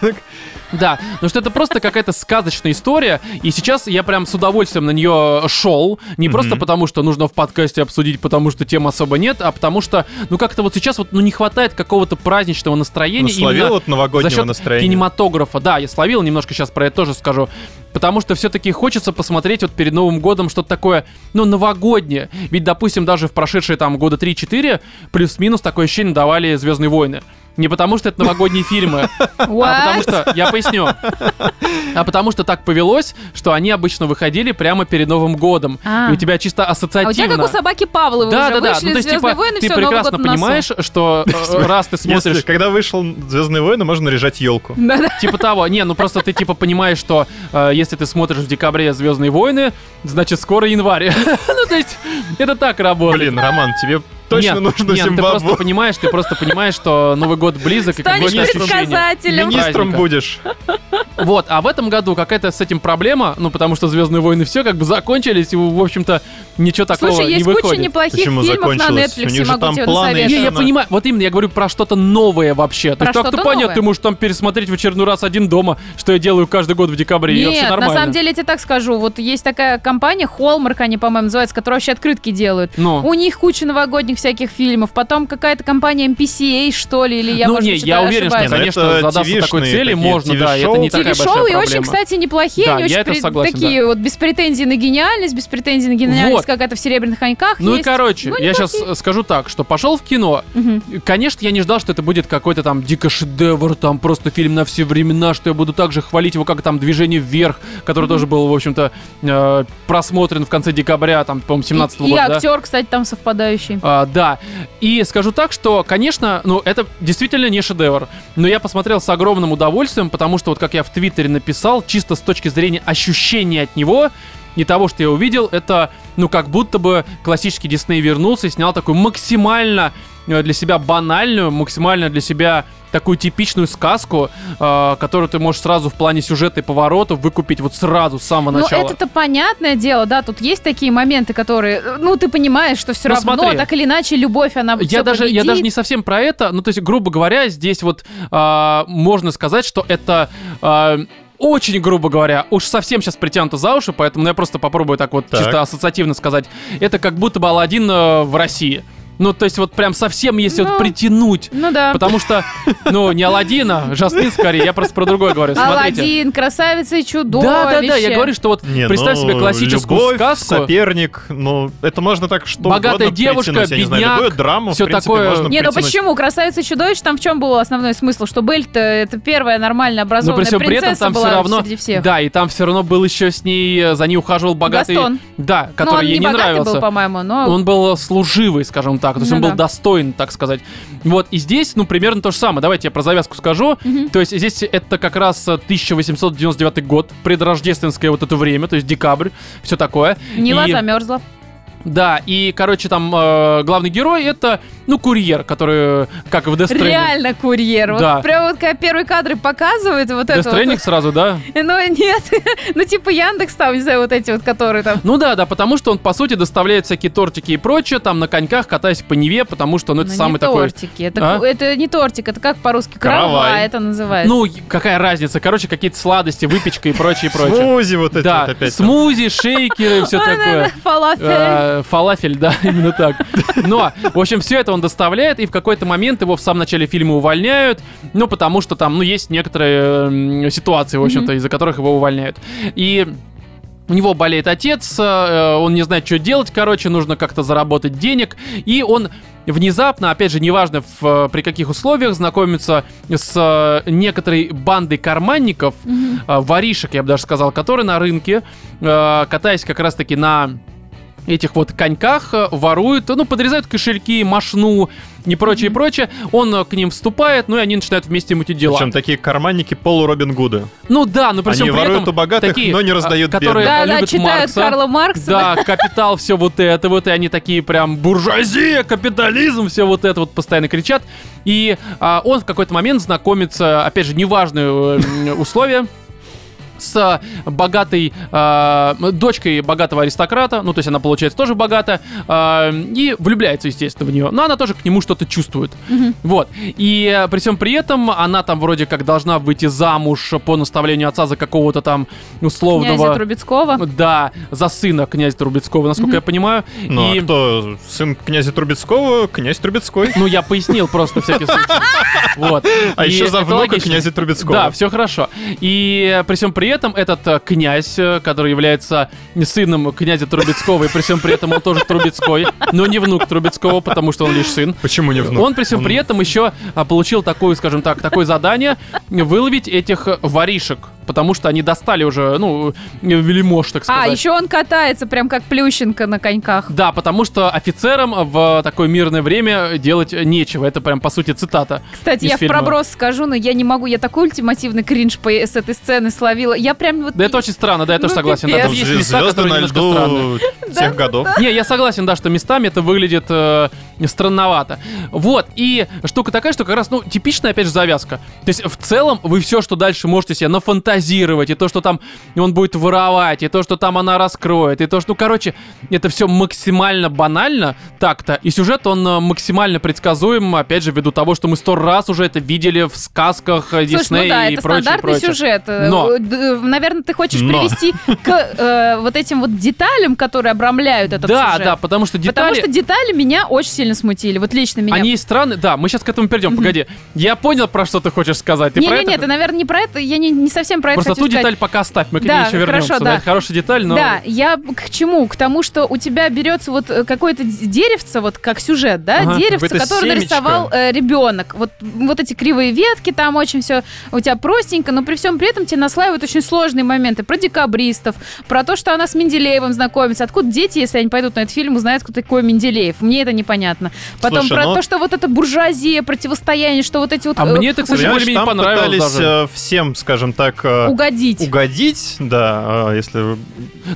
Да, потому что это просто какая-то сказочная история, и сейчас я прям с удовольствием на нее шел, не просто Мгм. потому, что нужно в подкасте обсудить, потому что тем особо нет, а потому что, ну как-то вот сейчас вот, ну не хватает какого-то праздничного настроения. Ну, словил именно вот новогоднего за счет настроения. кинематографа. Да, я словил, немножко сейчас про это тоже скажу. Потому что все-таки хочется посмотреть вот перед Новым годом что-то такое, ну, новогоднее. Ведь, допустим, даже в прошедшие там года 3-4 плюс-минус такое ощущение давали «Звездные войны». Не потому что это новогодние фильмы, а потому что, я поясню. А потому что так повелось, что они обычно выходили прямо перед Новым годом. А. И у тебя чисто А у тебя как ассоциативно. у собаки Павловы да, уже да, да. вышли Ну, то есть, «Звездные типа, войны», ты все, Новый прекрасно год на носу. понимаешь, что э, раз ты Если- смотришь когда вышел «Звездные войны», можно наряжать елку. Да-да. Типа того, не, ну просто ты типа понимаешь, что э, если ты смотришь в декабре Звездные войны, значит скоро январь. ну, то есть, это так работает. Блин, Роман, тебе точно Нет, нужно нет, ты просто Зимбабве. понимаешь, ты просто понимаешь, что Новый год близок, и Станешь какое-то ощущение. предсказателем. Мини- Министром праздника. будешь. Вот, а в этом году какая-то с этим проблема, ну потому что Звездные войны все как бы закончились, и, в общем то ничего такого Слушай, не есть выходит. куча неплохих Почему фильмов на закончилось? У Netflix, них же могу там тебе планы Не, насоветовать. я Совершенно. понимаю, вот именно, я говорю про что-то новое вообще. Про То есть так-то что-то понятно, новое. ты можешь там пересмотреть в очередной раз один дома, что я делаю каждый год в декабре, и вообще Нет, нормально. на самом деле, я тебе так скажу, вот есть такая компания, Hallmark они, по-моему, называются, которая вообще открытки делают. Ну. У них куча новогодних всяких фильмов, потом какая-то компания MPCA, А, что ли, или я, ну, может не, быть, я это уверен, что, ошибаюсь. Не, ну, конечно, это задаться такой TV-шные цели такие, можно, да, и это не такая большая Телешоу и проблема. очень, кстати, неплохие, Да, они я очень это при- согласен, такие вот без претензий на гениальность, без претензий на гениальность, Вот. какая-то в серебряных коньках. Ну и есть. короче, Ну, я сейчас скажу так, что пошел в кино. Мгм. Конечно, я не ждал, что это будет какой-то там дико шедевр, там просто фильм на все времена, что я буду также хвалить его, как там «Движение вверх», который тоже был, в общем-то, э, просмотрен в конце декабря, там, по-моему, 17 и, года. И да? актер, кстати, там совпадающий. А, да. И скажу так, что, конечно, ну, это действительно не шедевр. Но я посмотрел с огромным удовольствием, потому что, вот как я в Твиттере написал, чисто с точки зрения ощущения от него и того, что я увидел, это, ну, как будто бы классический Дисней вернулся и снял такую максимально э, для себя банальную, максимально для себя такую типичную сказку, э, которую ты можешь сразу в плане сюжета и поворотов выкупить вот сразу, с самого Ну, начала. это-то понятное дело, да, тут есть такие моменты, которые, э, ну, ты понимаешь, что все Ну, равно, смотри. так или иначе, любовь, она я всё даже, я победит. даже не совсем про это. Ну, то есть, грубо говоря, здесь вот а, можно сказать, что это... а, очень, грубо говоря, уж совсем сейчас притянуто за уши, поэтому ну, я просто попробую так вот Так. чисто ассоциативно сказать. Это как будто бы Алладин э, в России. Ну, то есть вот прям совсем, если вот Ну. притянуть. Ну да. Потому что, ну, не Алладина, Жасмин скорее, я просто про другое говорю. Смотрите. Алладин, красавица и чудовище. Да, да, да, я говорю, что вот Не, представь ну, себе классическую любовь, сказку. соперник, ну, это можно так что Богатая угодно девушка, притянуть, я не знаю, бедняк, любую драму, в всё принципе, такое. можно Не, ну притянуть. почему? Красавица и чудовище, там в чем был основной смысл? Что Бель-то это первая нормально Но Ну, при образованная всем при этом принцесса там была все равно, среди всех. да, и там все равно был еще с ней, э, за ней ухаживал богатый, Гастон. да, Ну, он который ей не не богатый нравился. был, по-моему, но... Он был служивый, скажем так, то есть Ну он был да. достоин, так сказать. Вот, и здесь, ну, примерно то же самое. Давайте я про завязку скажу. Мгм. То есть здесь это как раз э, 1899 год, предрождественское вот это время, то есть декабрь, все такое. Нила И- замерзла. Да, и, короче, там э, главный герой это ну, курьер, который, э, как и в Death Stranding. Реально курьер. Вот Да. прям вот когда первые кадры показывают, вот Death это вот. Stranding сразу, да? Ну нет, ну типа Яндекс там, не знаю, вот эти вот, которые там. Ну да, да, потому что он, по сути, доставляет всякие тортики и прочее, там на коньках, катаясь по Неве, потому что, ну, это Ну, самый не такой... тортики, это, А? ку- это не тортик, это как по-русски? Крова, Каравай. это называется. Ну, и какая разница, короче, какие-то сладости, выпечка и прочее, прочее. Смузи вот эти Да, вот опять. там. смузи, шейкеры, все такое. А, Фалафель. Э, Фалафель, да, именно так. Но, в общем, все это он доставляет, и в какой-то момент его в самом начале фильма увольняют, ну, потому что там, ну, есть некоторые м, ситуации, в общем-то, из-за которых его увольняют. И у него болеет отец, э, он не знает, что делать, короче, нужно как-то заработать денег, и он внезапно, опять же, неважно в, э, при каких условиях, знакомится с э, некоторой бандой карманников, Мгм. э, воришек, я бы даже сказал, которые на рынке, э, катаясь как раз-таки на этих вот коньках, э, воруют, э, ну, подрезают кошельки, машну и прочее, прочее. Он э, к ним вступает, ну, и они начинают вместе мутить дела. Причем такие карманники полу Робин Гуда. Ну да, но при Они всем при воруют этом у богатых, такие, но не а, раздают которые бедным. Да, да, любят читают Маркса. Карла Маркса. Да, капитал, все вот это вот, и они такие прям буржуазия, капитализм, все вот это вот постоянно кричат. И а, он в какой-то момент знакомится, опять же, неважные э, условия, с богатой э, дочкой богатого аристократа, ну то есть она получается тоже богата э, и влюбляется естественно в нее, но она тоже к нему что-то чувствует, Мгм. вот. И э, при всем при этом она там вроде как должна выйти замуж по наставлению отца за какого-то там Князя условного Трубецкого. да, за сына князя Трубецкого, насколько я понимаю. Ну, и, а кто? Сын князя Трубецкого, князь Трубецкой. ну, я пояснил просто на всякий случай. Вот. А И еще за это внука логично. князя Трубецкого. Да, все хорошо. И э, при всем при этом этот э, князь, э, который является сыном князя Трубецкого, и при всем при этом он тоже Трубецкой, но не внук Трубецкого, потому что он лишь сын. Почему не внук? Он при всем Он- при этом еще а, получил такую, скажем так, такое задание выловить этих э, воришек, потому что они достали уже, ну, э, велимож, так сказать. А, еще он катается прям как Плющенко на коньках. Да, потому что офицерам в такое мирное время делать нечего. Это прям, по сути, цитата. Кстати, из я в фильма. проброс скажу, но я не могу, я такой ультимативный кринж по- с этой сцены словила. Я прям вот... Да это очень странно, да, я тоже Ну, согласен. Да, пипец. там есть места, Звезды которые на немножко странные. льду тех годов. Не, я согласен, да, что местами это выглядит э, странновато. Вот, и штука такая, что как раз, ну, типичная, опять же, завязка. То есть, в целом, вы все, что дальше можете себе нафантазировать, и то, что там он будет воровать, и то, что там она раскроет, и то, что, ну, короче, это все максимально банально так-то, и сюжет, он э, максимально предсказуем, опять же, ввиду того, что мы сто раз уже это видели в сказках э, Слушай, ну Диснея да, и это прочее, стандартный прочее. сюжет. Э, Но. э, д- Наверное, ты хочешь Но. привести к э, вот этим вот деталям, которые обрамляют этот да, сюжет. да, потому что детали... Потому что детали меня очень сильно смутили. Вот лично меня. Они странные, да, мы сейчас к этому перейдем, погоди. Я понял, про что ты хочешь сказать. Ты про Не-не-не, это это, наверное, не про это. Я не, не совсем про это Просто хочу ту сказать. деталь пока оставь, мы к Да, ней еще хорошо, вернемся. да. Это хорошая деталь, но... Да, я к чему? К тому, что у тебя берется вот э, какое-то д- деревце, вот как сюжет, да, Ага, деревце, какое-то которое семечко. нарисовал э, ребенок. Вот, вот эти кривые ветки, там очень все у тебя простенько, но при всем при этом тебе наслаивают очень сложные моменты про декабристов, про то, что она с Менделеевым знакомится. Откуда дети, если они пойдут на этот фильм, узнают, кто такой Менделеев? Мне это непонятно. Потом Слушай, про ну- то, что вот это буржуазия, противостояние, что вот эти вот А э, мне это, кстати, Понимаешь, более-менее там понравилось пытались даже. э, всем, скажем так, э, угодить. угодить, да, э, если...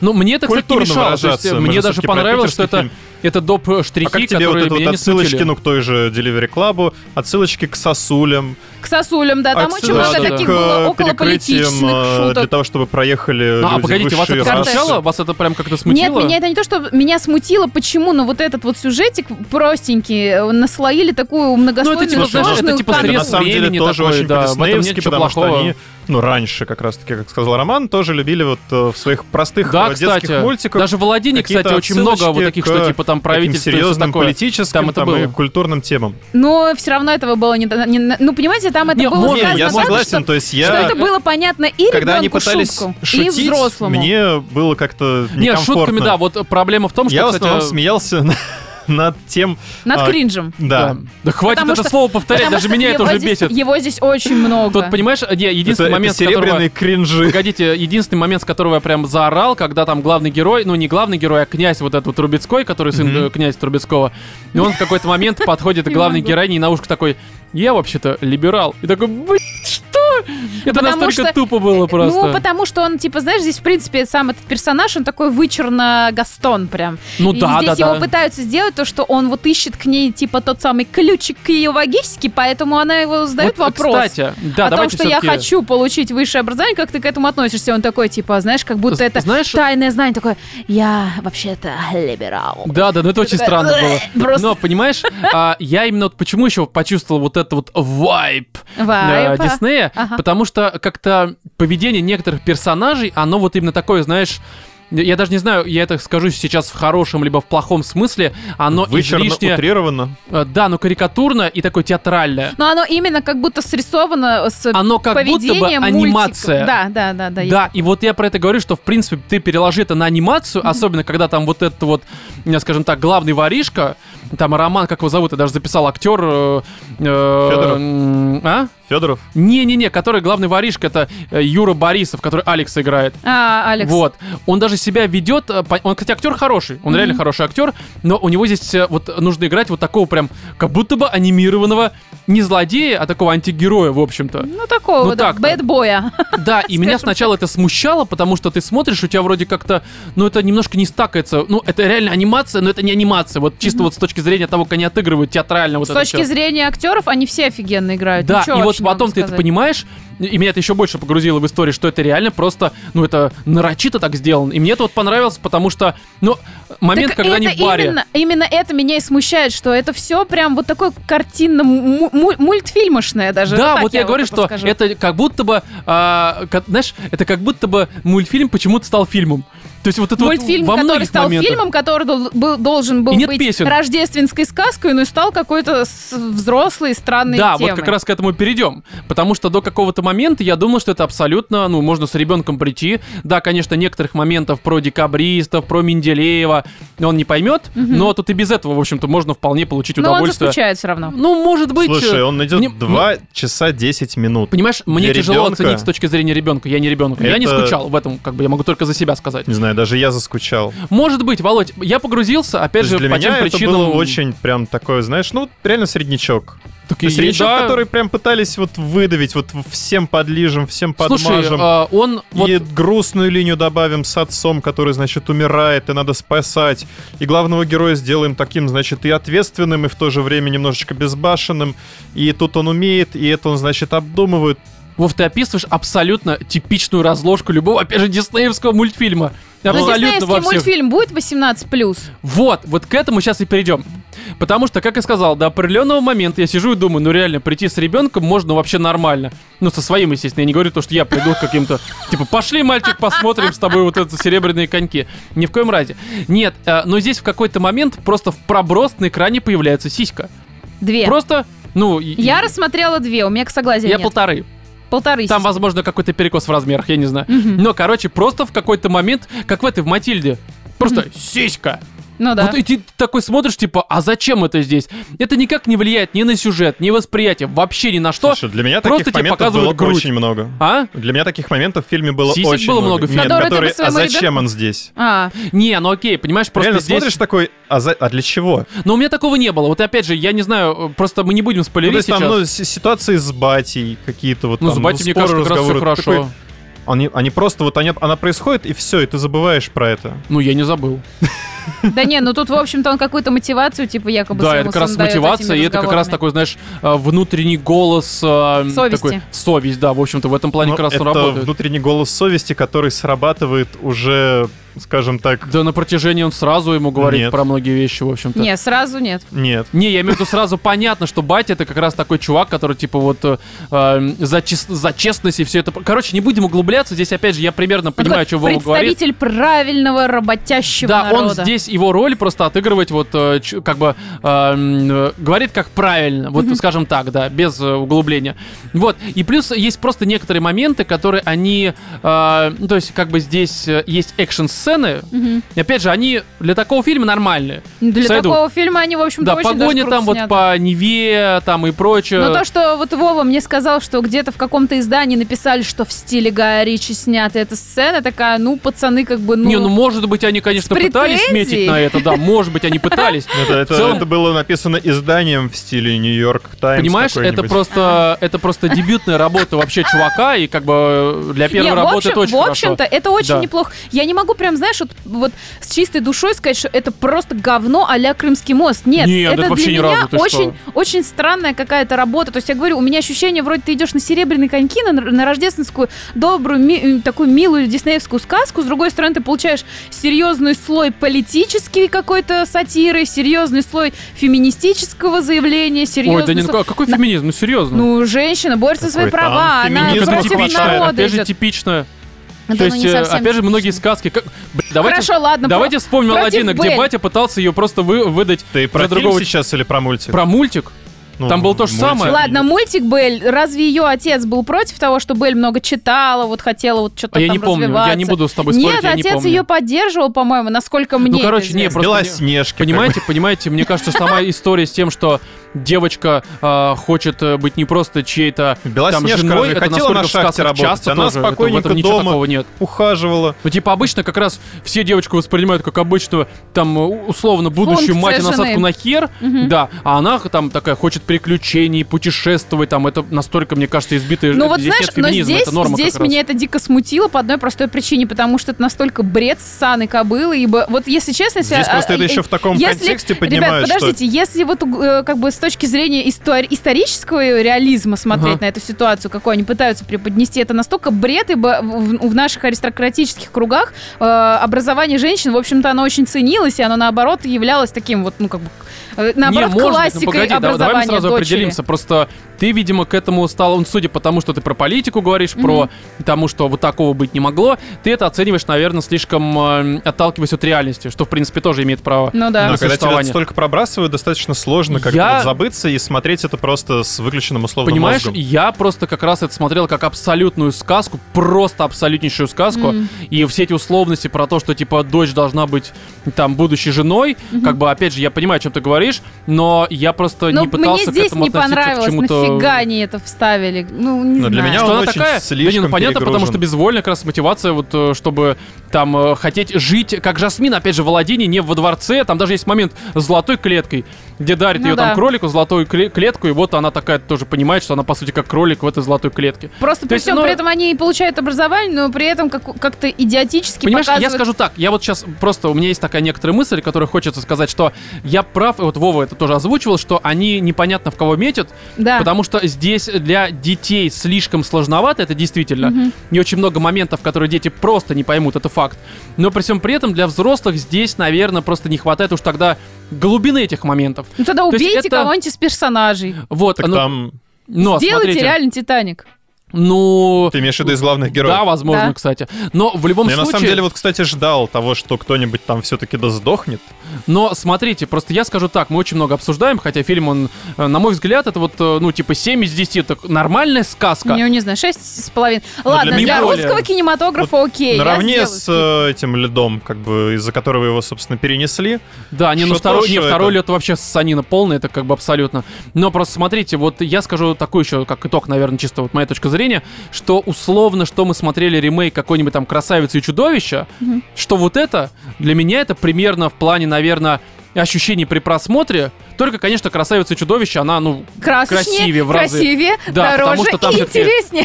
Ну, мне это, кстати, не культурно мешало. То есть, выражаться, э, мы мне же даже всё-таки понравилось, что про это, питерский это доп. штрихи, А как тебе вот которые это вот меня не отсылочки, смутили. ну, к той же Delivery Club, отсылочки к сосулям, К сосулям, да, А там очень Отсылочки много да. таких к, э, было перекрытиям, околополитичных э, для шуток. того, чтобы проехали Ну, а люди погодите, вас это высшей как-то расы. смущало? Вас это прям как-то смутило? Нет, меня это не то, что меня смутило, почему, но вот этот вот сюжетик простенький, э, наслоили такую многослойную, типа, знаешь, это сложную типа картину. Это на срез самом деле времени тоже такой, очень да, в этом нет диснеевски, ничего потому что плохого. они, ну, раньше, как раз-таки, как сказал Роман, тоже любили вот э, в своих простых Да, э, детских кстати. мультиках. Даже в Аладдине, какие-то кстати, очень много вот отсылочки таких, к что типа там таким правительство и всё серьезным такое. политическим Там это там, и было. культурным темам. Но все равно этого было не, до- не- Ну, понимаете, там это Не, было можно, Не, сказано я так, согласен, что, то есть что я... это было понятно и когда они ребенку пытались шутку, и шутить, взрослому. мне было как-то Нет, некомфортно. шутками, да, вот э, проблема в том, что, Я в кстати, основном э, смеялся над тем... Над а, кринжем. Да. Да. Да хватит Потому это что- слово повторять, Потому даже что меня это его уже здесь- бесит. Его здесь очень много. Тут, понимаешь, не, единственный это- момент, это с которого- серебряные кринжи. Погодите, единственный момент, с которого я прям заорал, когда там главный герой, ну не главный герой, а князь вот этот вот Трубецкой, который сын Мгм. э, князя Трубецкого, и он в какой-то момент подходит к Не главной могу. героине и на ушко такой, я вообще-то либерал. И такой, блин, что? Это Потому настолько что- тупо было Ну, просто. потому что он, типа, знаешь, здесь, в принципе, сам этот персонаж, он такой вычурно-гастон прям. Ну И да, да, здесь его да. пытаются сделать то, что он вот ищет к ней, типа, тот самый ключик к ее логистике, поэтому она его задает Вот, а, вопрос. Кстати, да, о том, давайте что я всё-таки- хочу получить высшее образование, как ты к этому относишься? Он такой, типа, знаешь, как будто З- это знаешь- тайное знание. Такое, я вообще-то либерал. Да, да, ну это очень такая, странно было. просто. Но, понимаешь, а, я именно вот почему еще почувствовал вот это вот вайп э, Вайп. Диснея, Ага. потому что как-то поведение некоторых персонажей, оно вот именно такое, знаешь, я даже не знаю, я это скажу сейчас в хорошем либо в плохом смысле, оно Вычурно, излишне, утрировано. э, да, ну карикатурно и такое театральное. Но оно именно как будто срисовано с Оно как будто бы поведением мультика. анимация. Да, да, да, да. есть Да, и вот я про это говорю, что, в принципе, ты переложи это на анимацию, особенно когда там вот этот вот, э, скажем так, главный воришка, там Роман, как его зовут, я даже записал, актер... э, э, Федоров. м, А? Федоров. Не-не-не, который главный воришка, это э, Юра Борисов, который Алекс играет. А, Алекс. Вот. Он даже себя ведет. э, по- Он, кстати, актер хороший. Он реально хороший актер, но у него здесь э, вот нужно играть вот такого прям, как будто бы анимированного не злодея, а такого антигероя, в общем-то. Ну, такого, Ну, да, так-то. бэтбоя. Да, и меня сначала это смущало, потому что ты смотришь, у тебя вроде как-то, ну, это немножко не стакается. Ну, это реально анимация, но это не анимация. Вот чисто вот с точки зрения того, как они отыгрывают театрально вот С это точки всё. зрения актеров они все офигенно играют. Да, Э, Ничего и вот вообще не могу потом ты это сказать. понимаешь, и меня это еще больше погрузило в историю, что это реально просто, ну, это нарочито так сделано. И мне это вот понравилось, потому что, ну, момент, Так когда они это в баре. Именно, именно это меня и смущает, что это все прям вот такое картинно му- му- мультфильмошное даже. Да, так вот я, говорю, это что скажу. это как будто бы, а, как- знаешь, это как будто бы мультфильм почему-то стал фильмом. То есть вот это Мультфильм, вот во который многих стал моментах. фильмом, который дол- был, должен был И нет быть песен. рождественской сказкой, но стал какой-то с- взрослой, странной Да, темой. вот как раз к этому перейдем. Потому что до какого-то момента я думал, что это абсолютно, ну, можно с ребенком прийти. Да, конечно, некоторых моментов про декабристов, про Менделеева он не поймет, но тут и без этого, в общем-то, можно вполне получить Но он удовольствие. заскучает все равно. Ну, может быть. Слушай, э, он идет мне- 2 часа 10 минут. Понимаешь, мне для тяжело ребенка- оценить с точки зрения ребенка. Я не ребенок. Я не Это- скучал в этом, как бы я могу только за себя сказать. Не знаю, даже я заскучал. Может быть, Володь, я погрузился, То опять есть же, для по тем меня это причинам. было очень прям такое, знаешь, ну, реально среднячок. Так То и- есть среднячок, да. который прям пытались вот выдавить, вот всем подлижем, всем Слушай, подмажем. э, он вот И грустную линию добавим с отцом, который, значит, умирает, и надо спасать. И главного героя сделаем таким, значит, и ответственным, и в то же время немножечко безбашенным. И тут он умеет, и это он, значит, обдумывает. Вов, ты описываешь абсолютно типичную разложку любого, опять же, диснеевского мультфильма. Но Абсолютно во Ну, диснеевский всех. мультфильм будет 18+. Вот, вот к этому сейчас и перейдем. Потому что, как я сказал, до определенного момента я сижу и думаю, ну реально, прийти с ребенком можно вообще нормально. Ну, со своим, естественно, я не говорю то, что я приду к каким-то, типа, пошли, мальчик, посмотрим с тобой вот это серебряные коньки. Ни в коем разе. Нет, э, но здесь в какой-то момент просто в проброс на экране появляется сиська. Две. Просто, ну... и- Я рассмотрела две, у меня к согласию я нет. полторы. Полторы. Там, Ну, сиськи. возможно, какой-то перекос в размерах, я не знаю. Мгм. Но, короче, просто в какой-то момент, как в этой, в Матильде, просто сиська. Ну да. Вот и ты такой смотришь, типа, а зачем это здесь? Это никак не влияет ни на сюжет, ни восприятие, вообще ни на что. Слушай, для меня Просто таких тебе моментов было показывают бы грудь. очень много. А? Для меня таких моментов в фильме было Сисек очень было много в Нет, фильме. Которые ты бы которые, а своему зачем ребенку- он здесь? А, Не, ну окей, понимаешь, просто Реально здесь... смотришь такой, а, за- а для чего? Но у меня такого не было. Вот опять же, я не знаю, э, просто мы не будем Ну, то спойлерить есть там сейчас. ну, с- ситуации с батей какие-то вот ну, там, с батей, мне кажется, как раз все разговоры. хорошо. Такой, Они, они просто вот, они, она происходит, и все, и ты забываешь про это. Ну, я не забыл. да не, ну тут, в общем-то, он какую-то мотивацию, типа, якобы да, своему это как раз сыну дает мотивация, этими и это как раз разговорами. такой, знаешь, э, внутренний голос... э, Совести. Такой, совесть, да, в общем-то, в этом плане Но как раз Ну, это он работает. внутренний голос совести, который срабатывает уже, скажем так, Да на протяжении он сразу ему говорит Нет. про многие вещи, в общем-то. Не, сразу нет. нет. Не, я имею в виду сразу понятно, что батя это как раз такой чувак, который типа вот э, э, за, чес- за честность и все это. Короче, не будем углубляться. Здесь опять же я примерно Он понимаю, о такой чем Вова говорит. Представитель правильного работящего Да, он народа. здесь его роль просто отыгрывать вот э, чу- как бы э, м, э, говорит как правильно, вот скажем так, да, без э, углубления. Вот и плюс есть просто некоторые моменты, которые они, э, ну, то есть как бы здесь э, есть экшн сцены, Мгм. и опять же, они для такого фильма нормальные. Для Сойду. такого фильма они, в общем-то, Да, очень даже погоня круто там вот сняты. по э, Неве там и прочее. Но то, что вот Вова мне сказал, что где-то в каком-то издании написали, что в стиле Гая Ричи снята эта сцена, такая, ну, пацаны, как бы, ну... Не, ну может быть они, конечно, с пытались претензией. метить на это, да, может быть они пытались. Это, это- В целом- это было написано изданием в стиле Нью-Йорк Таймс. Понимаешь, это какой-нибудь. просто, это просто дебютная работа вообще чувака, и как бы э, для Не, первой в работы общем- это очень В хорошо. общем-то, это очень Да. неплохо. Я не могу прям, знаешь, вот, вот с чистой душой сказать, что это просто говно а-ля Крымский мост. Нет, Нет, это это вообще для ни меня разу, ты очень, очень странная какая-то работа. То есть я говорю, у меня ощущение, вроде ты идешь на серебряные коньки, на, на рождественскую добрую, ми- м, такую милую диснеевскую сказку. С другой стороны, ты получаешь серьезный слой политический какой-то сатиры, серьезный слой феминистического заявления, серьезный Ой, да не, слой... ну, какой феминизм, ну серьезно. Ну, женщина борется за свои Какой права, там она феминизм против типичный, типично, народа опять же идет. типично. Да То ну, есть, не э, совсем опять же, многие типично. сказки... как- Блин, давайте, Хорошо, ладно. давайте вспомним против Аладдина, где Бель. батя пытался ее просто вы- выдать Ты про за фильм другого... сейчас или про мультик? Про мультик? Ну, там было то же мультик. самое. про- Ладно, мультик Бель. Разве ее отец был против того, что Бель много читала, вот хотела вот что-то А я там не помню, я не развиваться? буду с тобой спорить, Нет, я не отец помню. Ну, ее поддерживал, по-моему, насколько мне. это короче, не, известно. просто- Белоснежки. как Понимаете, понимаете, мне кажется, сама история с тем, что девочка а, хочет э, быть не просто чьей-то бы. там Белоснежка женой, разве это хотела насколько на в шахте сказках работать? часто Она тоже, это- в спокойненько этом ничего такого дома нет. ухаживала. Ну, типа, обычно как раз все девочку воспринимают как обычную, там, у- условно, будущую Функция мать и жены. насадку на хер, Мгм. да, а она там такая хочет приключений, путешествовать, там, это настолько, мне кажется, избитый Ну вот здесь знаешь, нет но феминизма, здесь, это норма здесь как раз. меня это дико смутило по одной простой причине, потому что это настолько бред с саной кобылы, ибо вот если честно... если- Здесь а, просто это а, еще в таком если- контексте Ребят, поднимают, что... подождите, если вот э, как бы с точки зрения истор- исторического реализма смотреть Ага. на эту ситуацию, какую они пытаются преподнести, это настолько бред, ибо в, в наших аристократических кругах э, образование женщин, в общем-то, оно очень ценилось, и оно, наоборот, являлось таким вот, ну, как бы, э, наоборот, Не, может быть, ну, классикой погоди, да- образования давай мы сразу дочери. определимся. Просто ты, видимо, к этому стал, ну, судя по тому, что ты про политику говоришь, про тому, что вот такого быть не могло, ты это оцениваешь, наверное, слишком э, отталкиваясь от реальности, что, в принципе, тоже имеет право. Ну да. на Но когда тебя существование. столько пробрасывают, достаточно сложно как-то Я- вот забыться и смотреть это просто с выключенным условным Понимаешь, мозгом. я просто как раз это смотрел как абсолютную сказку, просто абсолютнейшую сказку. М. И все эти условности про то, что типа дочь должна быть там будущей женой, как бы опять же, я понимаю, о чем ты говоришь, но я просто Но не пытался Ну, мне к здесь этому не относиться к понравилось, чему-то. нафига они это вставили. Ну, не Но для знаю. меня что он она очень такая, да не, ну слишком понятно, потому перегружен. что безвольно как раз мотивация, вот э, чтобы там э, хотеть жить, как Жасмин, опять же, в Аладдине, не во дворце, там даже есть момент с золотой клеткой, где дарит Ну ее да. там кролику золотую кле- клетку, и вот она такая тоже понимает, что она, по сути, как кролик в этой золотой клетке. Просто То при есть ну, всем оно- при этом они получают образование, но при этом как- как-то идиотически Понимаешь, я показывают. скажу так, я вот сейчас просто, у меня есть такая некоторая мысль, которая хочется сказать, что я прав, и вот Вова это тоже озвучивал, что они непонятно в кого метят, Да. потому что здесь для детей слишком сложновато, это действительно, не очень много моментов, которые дети просто не поймут, это факт. Но при всем при этом для взрослых здесь, наверное, просто не хватает уж тогда глубины этих моментов. Ну тогда есть убейте это- кого-нибудь из персонажей. Вот, Так ну, там, но, Сделайте смотрите, реально Титаник. ну... ты имеешь в виду из главных героев. Да, возможно, Да. кстати. Но в любом Ну, Но я на случае... самом деле вот, кстати, ждал того, что кто-нибудь там все-таки да сдохнет. Но смотрите, просто я скажу так, мы очень много обсуждаем, хотя фильм, он, э, на мой взгляд, это вот, э, ну, типа 7 из 10, так нормальная сказка. Не, не знаю, шесть с половиной. Ну, Ладно, для для, меня более- русского кинематографа окей. я Наравне сделаю с скидку. э, этим льдом, как бы из-за которого его, собственно, перенесли. Да, не, ну Что второй, то, не, что второй это. лет вообще санина полная, это как бы абсолютно. Но просто смотрите, вот я скажу такой еще, как итог, наверное, чисто вот моя точка зрения, что условно, что мы смотрели ремейк какой-нибудь там «Красавицы и чудовища», Мгм. что вот это, для меня это примерно в плане, наверное, ощущений при просмотре, только, конечно, «Красавица и чудовище», она, ну, Красочнее, красивее в разы. красивее, Да, потому дороже что там и всё-таки- интереснее.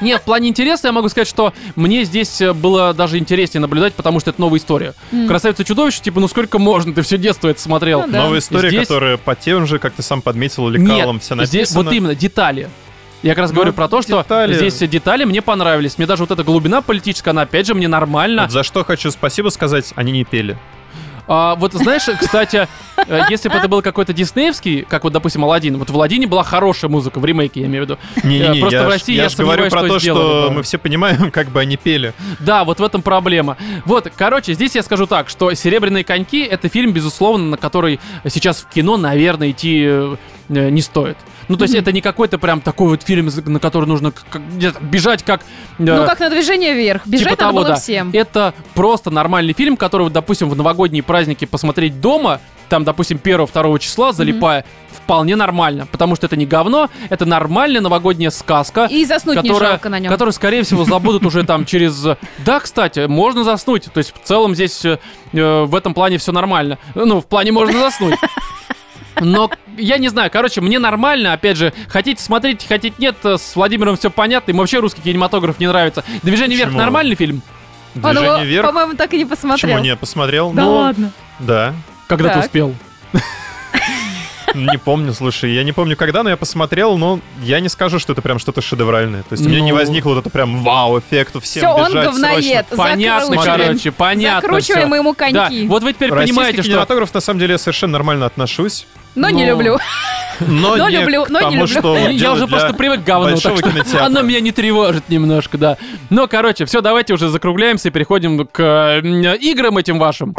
Не, в плане интереса я могу сказать, что мне здесь э, было даже интереснее наблюдать, потому что это новая история. Красавица и чудовище, типа, ну сколько можно, ты все детство это смотрел. Ну Да. Новая история, Здесь- которая по тем же, как ты сам подметил, лекалам Нет, вся написана. здесь вот именно детали. Я как раз Ну, говорю про то, что детали. здесь все детали мне понравились. Мне даже вот эта глубина политическая, она опять же мне нормально. Вот за что хочу спасибо сказать, они не пели. А, вот знаешь, кстати, э, если бы это был какой-то диснеевский, как вот, допустим, Алладин, вот в Аладдине была хорошая музыка, в ремейке, я имею в виду. Не-не-не, Э, Просто я в ж- России я я ж говорю сомневаюсь, про что то, сделали что бы. мы все понимаем, как бы они пели. А, Да, вот в этом проблема. Вот, короче, здесь я скажу так, что «Серебряные коньки» — это фильм, безусловно, на который сейчас в кино, наверное, идти э, э, не стоит. Ну, то есть это не какой-то прям такой вот фильм, за- на который нужно к- как- где-то бежать как... э, Ну, как на движение вверх. Бежать типа надо того, было да. всем. Это просто нормальный фильм, который, вот, допустим, в новогодние праздники посмотреть дома, там, допустим, 1-2 числа, залипая, вполне нормально. Потому что это не говно, это нормальная новогодняя сказка И заснуть не которая, жалко на нем. которую, скорее всего, забудут уже там через... Да, кстати, можно заснуть. То есть в целом здесь э, э, в этом плане все нормально. Ну, в плане можно заснуть. Но я не знаю, короче, мне нормально, опять же, хотите смотреть, хотите нет, э, с Владимиром все понятно, ему вообще русский кинематограф не нравится. Движение вверх Почему? нормальный фильм, Он его, Движение вверх. ну, по-моему, так и не Почему посмотрел. не посмотрел? Да Ну, ладно. да. когда Так. ты успел. Не помню, слушай, я не помню когда, но я посмотрел, но я не скажу, что это прям что-то шедевральное. То есть у меня не Ну. возникло вот это прям вау-эффект, всем Все, он бежать говноед. срочно. Понятно, Закручиваем. короче, понятно. Закручиваем всё. ему Да, коньки. вот вы теперь Российский понимаете, что... кинематограф, на самом деле, я совершенно нормально отношусь. Но не Ну. люблю. Но, Но не люблю, к но не тому, люблю. что Я- Я делают уже для просто привык к говну, так большого что кинотеатра. оно меня не тревожит немножко, да. Но, короче, все, давайте уже закругляемся и переходим к э, м, играм этим вашим.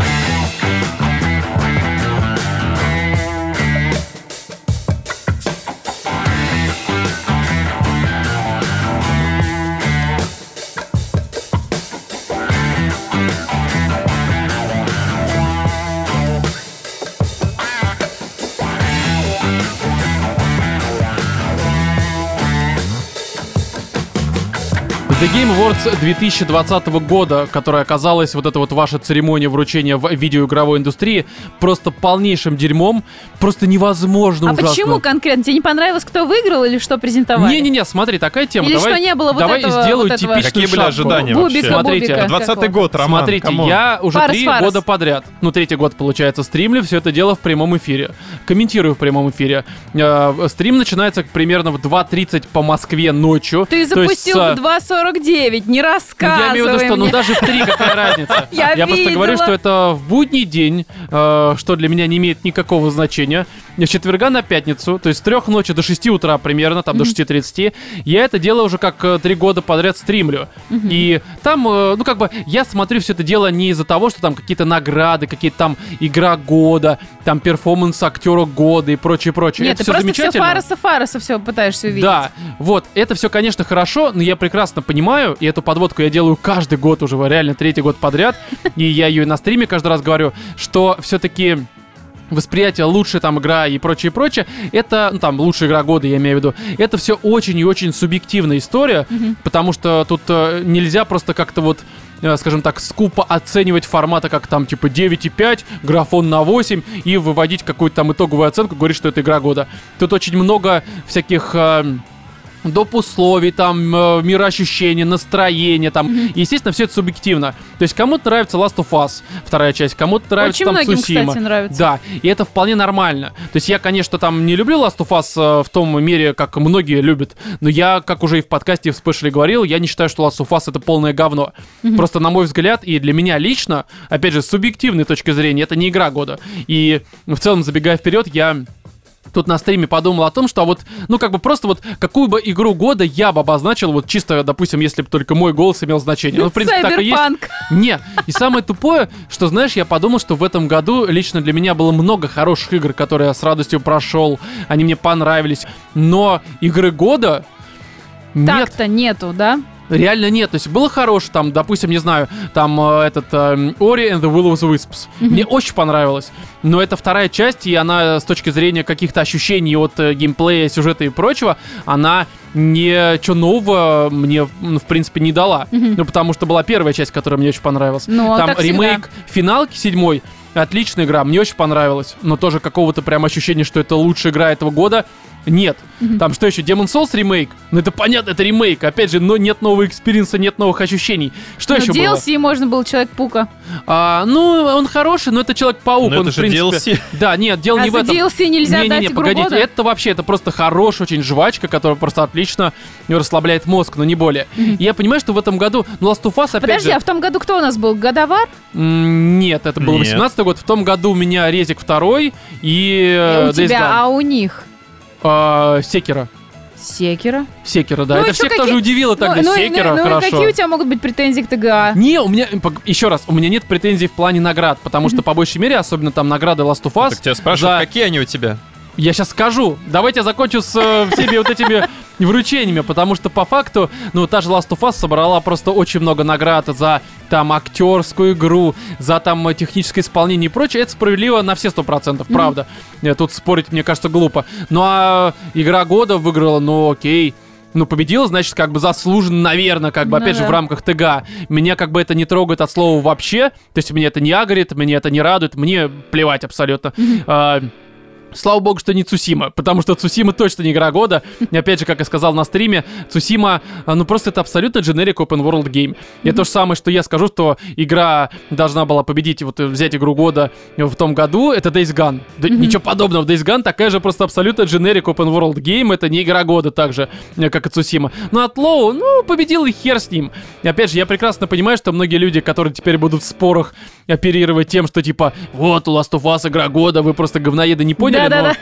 The Game Awards 2020 года, которая оказалась, вот эта вот ваша церемония вручения в видеоигровой индустрии, просто полнейшим дерьмом, просто невозможно А ужасно. почему конкретно? Тебе не понравилось, кто выиграл или что презентовали? Не-не-не, смотри, такая тема. Или давай что не было вот давай этого- сделаю вот этого? типичную Какие были шапку. ожидания Бубика, вообще? Смотрите, бубика. 20 Какого? год, Роман, Смотрите, камон. я уже Фарс, три фарс. года подряд, ну третий год получается, стримлю все это дело в прямом эфире. Комментирую в прямом эфире. Э, стрим начинается примерно в 2.30 по Москве ночью. Ты То есть, запустил э, в 2.49, не ну, рассказывай я имею в виду, что ну мне. даже в 3 какая разница. Я просто видела. говорю, что это в будний день, э, что для меня не имеет никакого значения. С четверга на пятницу, то есть с 3 ночи до 6 утра примерно, там до 6.30, я это дело уже как 3 года подряд стримлю. И там, э, ну как бы, я смотрю все это дело не из-за того, что там какие-то награды, какие-то там игра года, там перформанс актера года и прочее, прочее. Нет, это ты все просто все замечательно. Фараса Фараса все пытаешься увидеть. Да, вот, это все, конечно, хорошо, но я прекрасно понимаю, и эту подводку я делаю каждый год уже, реально третий год подряд, и я ее на стриме каждый раз говорю, что все-таки восприятие лучшая там игра и прочее, прочее, это, ну там, лучшая игра года, я имею в виду, это все очень и очень субъективная история, потому что тут э, нельзя просто как-то вот э, скажем так, скупо оценивать формата, как там, типа, 9,5, графон на 8, и выводить какую-то там итоговую оценку, говорить, что это игра года. Тут очень много всяких эм, доп. условий, там, э, мироощущения, настроения, там. И, Естественно, все это субъективно. То есть кому-то нравится Last of Us, вторая часть, кому-то нравится Очень там многим, Сусима. кстати, нравится. Да, и это вполне нормально. То есть я, конечно, там не люблю Last of Us э, в том мере, как многие любят, но я, как уже и в подкасте и в спешле говорил, я не считаю, что Last of Us это полное говно. Просто, на мой взгляд, и для меня лично, опять же, с субъективной точки зрения, это не игра года. И в целом, забегая вперед, я тут на стриме подумал о том, что а вот, ну, как бы просто вот какую бы игру года я бы обозначил, вот чисто, допустим, если бы только мой голос имел значение. Ну, в принципе, так и есть. Сайберпанк. Не, и самое тупое, что, знаешь, я подумал, что в этом году лично для меня было много хороших игр, которые я с радостью прошел, они мне понравились, но игры года нет, Так-то нету, да? реально нет. То есть было хорошее, там, допустим, не знаю, там э, этот эм, Ori and the Will of the Wisps. Мне очень понравилось, но это вторая часть, и она э, с точки зрения каких-то ощущений от э, геймплея, сюжета и прочего, она ничего нового мне, м, в принципе, не дала. Ну, потому что была первая часть, которая мне очень понравилась. Ну, а Там так всегда. ремейк финалки седьмой. Отличная игра, мне очень понравилась. Но тоже какого-то прям ощущения, что это лучшая игра этого года, Нет. Мгм. Там что еще? Demon Souls ремейк? Ну это понятно, это ремейк. Опять же, но нет нового экспириенса, нет новых ощущений. Что Ну, еще было? DLC можно было Человек-пука. А, ну, он хороший, но это Человек-паук. Но он, Ну, это в же принципе... DLC. Да, нет, дело а не в за этом. DLC нельзя дать Не-не-не, игру погодите, года? это вообще, это просто хорошая очень жвачка, которая просто отлично расслабляет мозг, но не более. И Я понимаю, что в этом году, ну, Last of Us, опять Подожди, же... а в том году кто у нас был? Годовар? м, Нет, это был Нет. 18 год. В том году у меня Резик 2 и... И э, у Days тебя, Gone. а у них? А, Секера. Секера. Секера, да. Ну и это чё, всех какие- тоже удивило так. ну, да, ну и- Секера, ну и хорошо. какие у тебя могут быть претензии к А? ТГА? Не, у меня, еще раз, у меня нет претензий в плане наград, потому что по большей мере, особенно там награды Last of Us, Так тебя спрашивают, за- какие они у тебя? Я сейчас скажу. Давайте я закончу с э, всеми вот этими вручениями, потому что по факту, ну, та же Last of Us собрала просто очень много наград за там актерскую игру, за там э, техническое исполнение и прочее. Это справедливо на все сто процентов, правда. Э, Тут спорить, мне кажется, глупо. Ну, а игра года выиграла, ну, окей. Ну, победила, значит, как бы заслуженно, наверное, как бы, Ну опять же, да. в рамках ТГ. Меня как бы это не трогает от слова вообще. То есть меня это не агрит, меня это не радует, мне плевать абсолютно. А, Слава богу, что не Цусима, потому что Цусима точно не игра года. И опять же, как я сказал на стриме, Цусима, а, ну просто это абсолютно дженерик open world game. И то же самое, что я скажу, что игра должна была победить, вот э, взять игру года в том году, это Days Gone. Да ничего подобного, Days Gone такая же просто абсолютно дженерик open world game, это не игра года так же, э, как и Цусима. Но от Лоу, ну, победил и хер с ним. И опять же, я прекрасно понимаю, что многие люди, которые теперь будут в спорах оперировать тем, что типа, вот, у Last of Us игра года, вы просто говноеды не поняли, но... Да-да-да.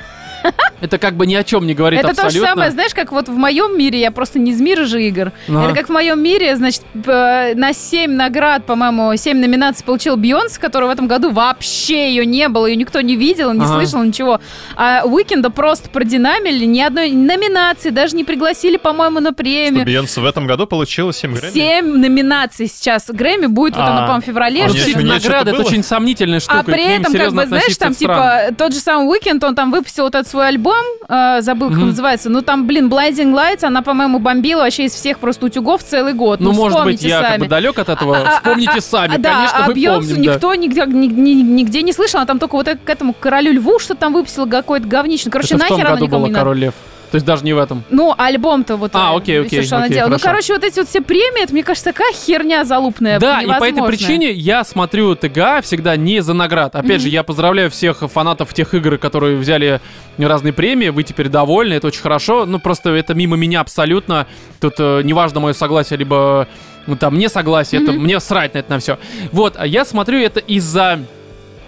Это как бы ни о чем не говорит Это то же абсолютно. самое, знаешь, как вот в моем мире, я просто не из мира же игр. Ага. Это как в моем мире, значит, п- э, на 7 наград, по-моему, 7 номинаций получил Бьонс, которая в этом году вообще ее не было, ее никто не видел, не Ага. слышал, ничего. А Уикенда просто продинамили, ни одной номинации, даже не пригласили, по-моему, на Что премию. Бейонсе в этом году получила 7 Грэмми? 7 номинаций сейчас. Грэмми будет, вот она, А. по-моему, в феврале. А Вот что мне ли. все ещё эти не награды что-то это было? очень сомнительная штука. А и к при ним этом, как серьезно бы, знаешь, относиться там, странно. типа, тот же самый Уикенд, он там выпустил вот этот свой альбом, э, забыл, как Мгм. он называется, ну там, блин, Blinding Lights, она, по-моему, бомбила вообще из всех просто утюгов целый год. Ну, может быть, вспомните я как сами. бы далек от этого. А- а- Вспомните а- сами, а, да, конечно, а мы Бьонсу помним. да. никто нигде, ни- ни- нигде не слышал, она там только вот к этому королю льву что-то там выпустила, какой-то говничный. Это Короче, в том нахер она году никому было не надо. «Король лев». То есть даже не в этом. Ну, альбом-то вот А, э, окей, всё, окей, что она окей, делала. хорошо. Ну, короче, вот эти вот все премии, это, мне кажется, такая херня залупная. Да, и по этой невозможная. причине я смотрю ТГА всегда не за наград. Опять же, я поздравляю всех фанатов тех игр, которые взяли разные премии. Вы теперь довольны, это очень хорошо. Ну, просто это мимо меня абсолютно. Тут э, неважно мое согласие, либо ну, там не согласие, это Мгм. мне срать на это на все. Вот, а я смотрю это из-за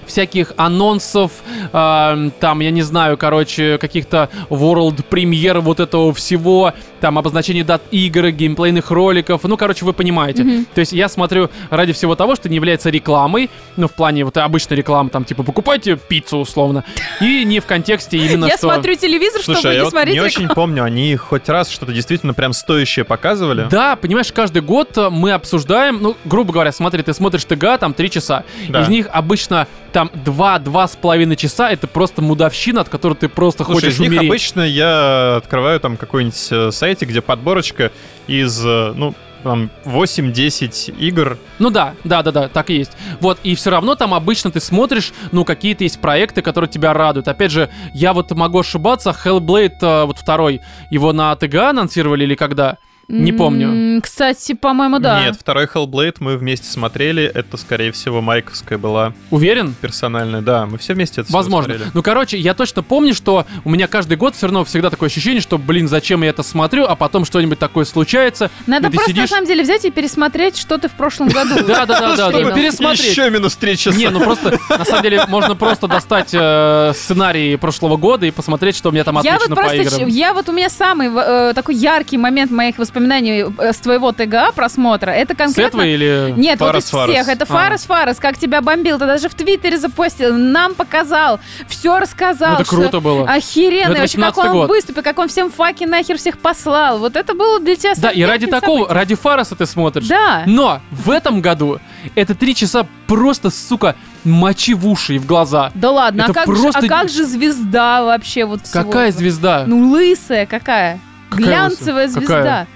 всяких анонсов, э, там, я не знаю, короче, каких-то world премьер вот этого всего, там, обозначение дат игр, геймплейных роликов, ну, короче, вы понимаете. То есть я смотрю ради всего того, что не является рекламой, ну, в плане вот обычной рекламы, там, типа, покупайте пиццу, условно, и не в контексте именно Я что... смотрю телевизор, чтобы Слушай, а не я вот смотреть не очень помню, они хоть раз что-то действительно прям стоящее показывали? Да, понимаешь, каждый год э, мы обсуждаем, ну, грубо говоря, смотри, ты смотришь ТГА, там три часа. Да. Из них обычно там два-два с половиной часа это просто мудовщина, от которой ты просто Слушай, хочешь из них умереть. обычно я открываю там какой-нибудь э, сайтик, где подборочка из, э, ну, там 8-10 игр. Ну да, да, да, да, так и есть. Вот, и все равно там обычно ты смотришь, ну, какие-то есть проекты, которые тебя радуют. Опять же, я вот могу ошибаться, Hellblade, э, вот второй, его на ТГА анонсировали или когда? Не помню. М, Кстати, по-моему, Ну да. Нет, второй Hellblade мы вместе смотрели. Это, скорее всего, майковская была Уверен? персональная. Да, мы все вместе это всё Возможно. смотрели. Ну, короче, я точно помню, что у меня каждый год все равно всегда такое ощущение, что, блин, зачем я это смотрю, а потом что-нибудь такое случается. Надо и Ну, ты просто сидишь- на самом деле взять и пересмотреть, что ты в прошлом году. Да, да, да, да, Чтобы да. Пересмотреть. Еще минус 3 часа. Не, ну просто, на самом деле, можно просто достать э, сценарий прошлого года и посмотреть, что у меня там Я вот отлично по просто, ч- играм. я вот у меня самый э, такой яркий момент моих воспоминаний э, с твоего ТГА просмотра. Это С конкретно. этого или... Ну, Нет, Фарас вот из Фарас. всех. Это А. Фарас Фарас, как тебя бомбил. Ты даже в Твиттере запостил, нам показал, все рассказал. Ну, это что- круто было. Охеренно. Ну, это И вообще, как 18-й он год. выступил, как он всем факи нахер всех послал. Вот это было для тебя Да, самым и ради ярким такого, событием. ради Фараса ты смотришь. Да. Но в этом году это три часа просто, сука, мочи в уши и в глаза. Да ладно, Это а, как просто же, а не- как же звезда вообще вот всего Какая этого? звезда? Ну, лысая какая. Какая Глянцевая лысая? звезда. Какая?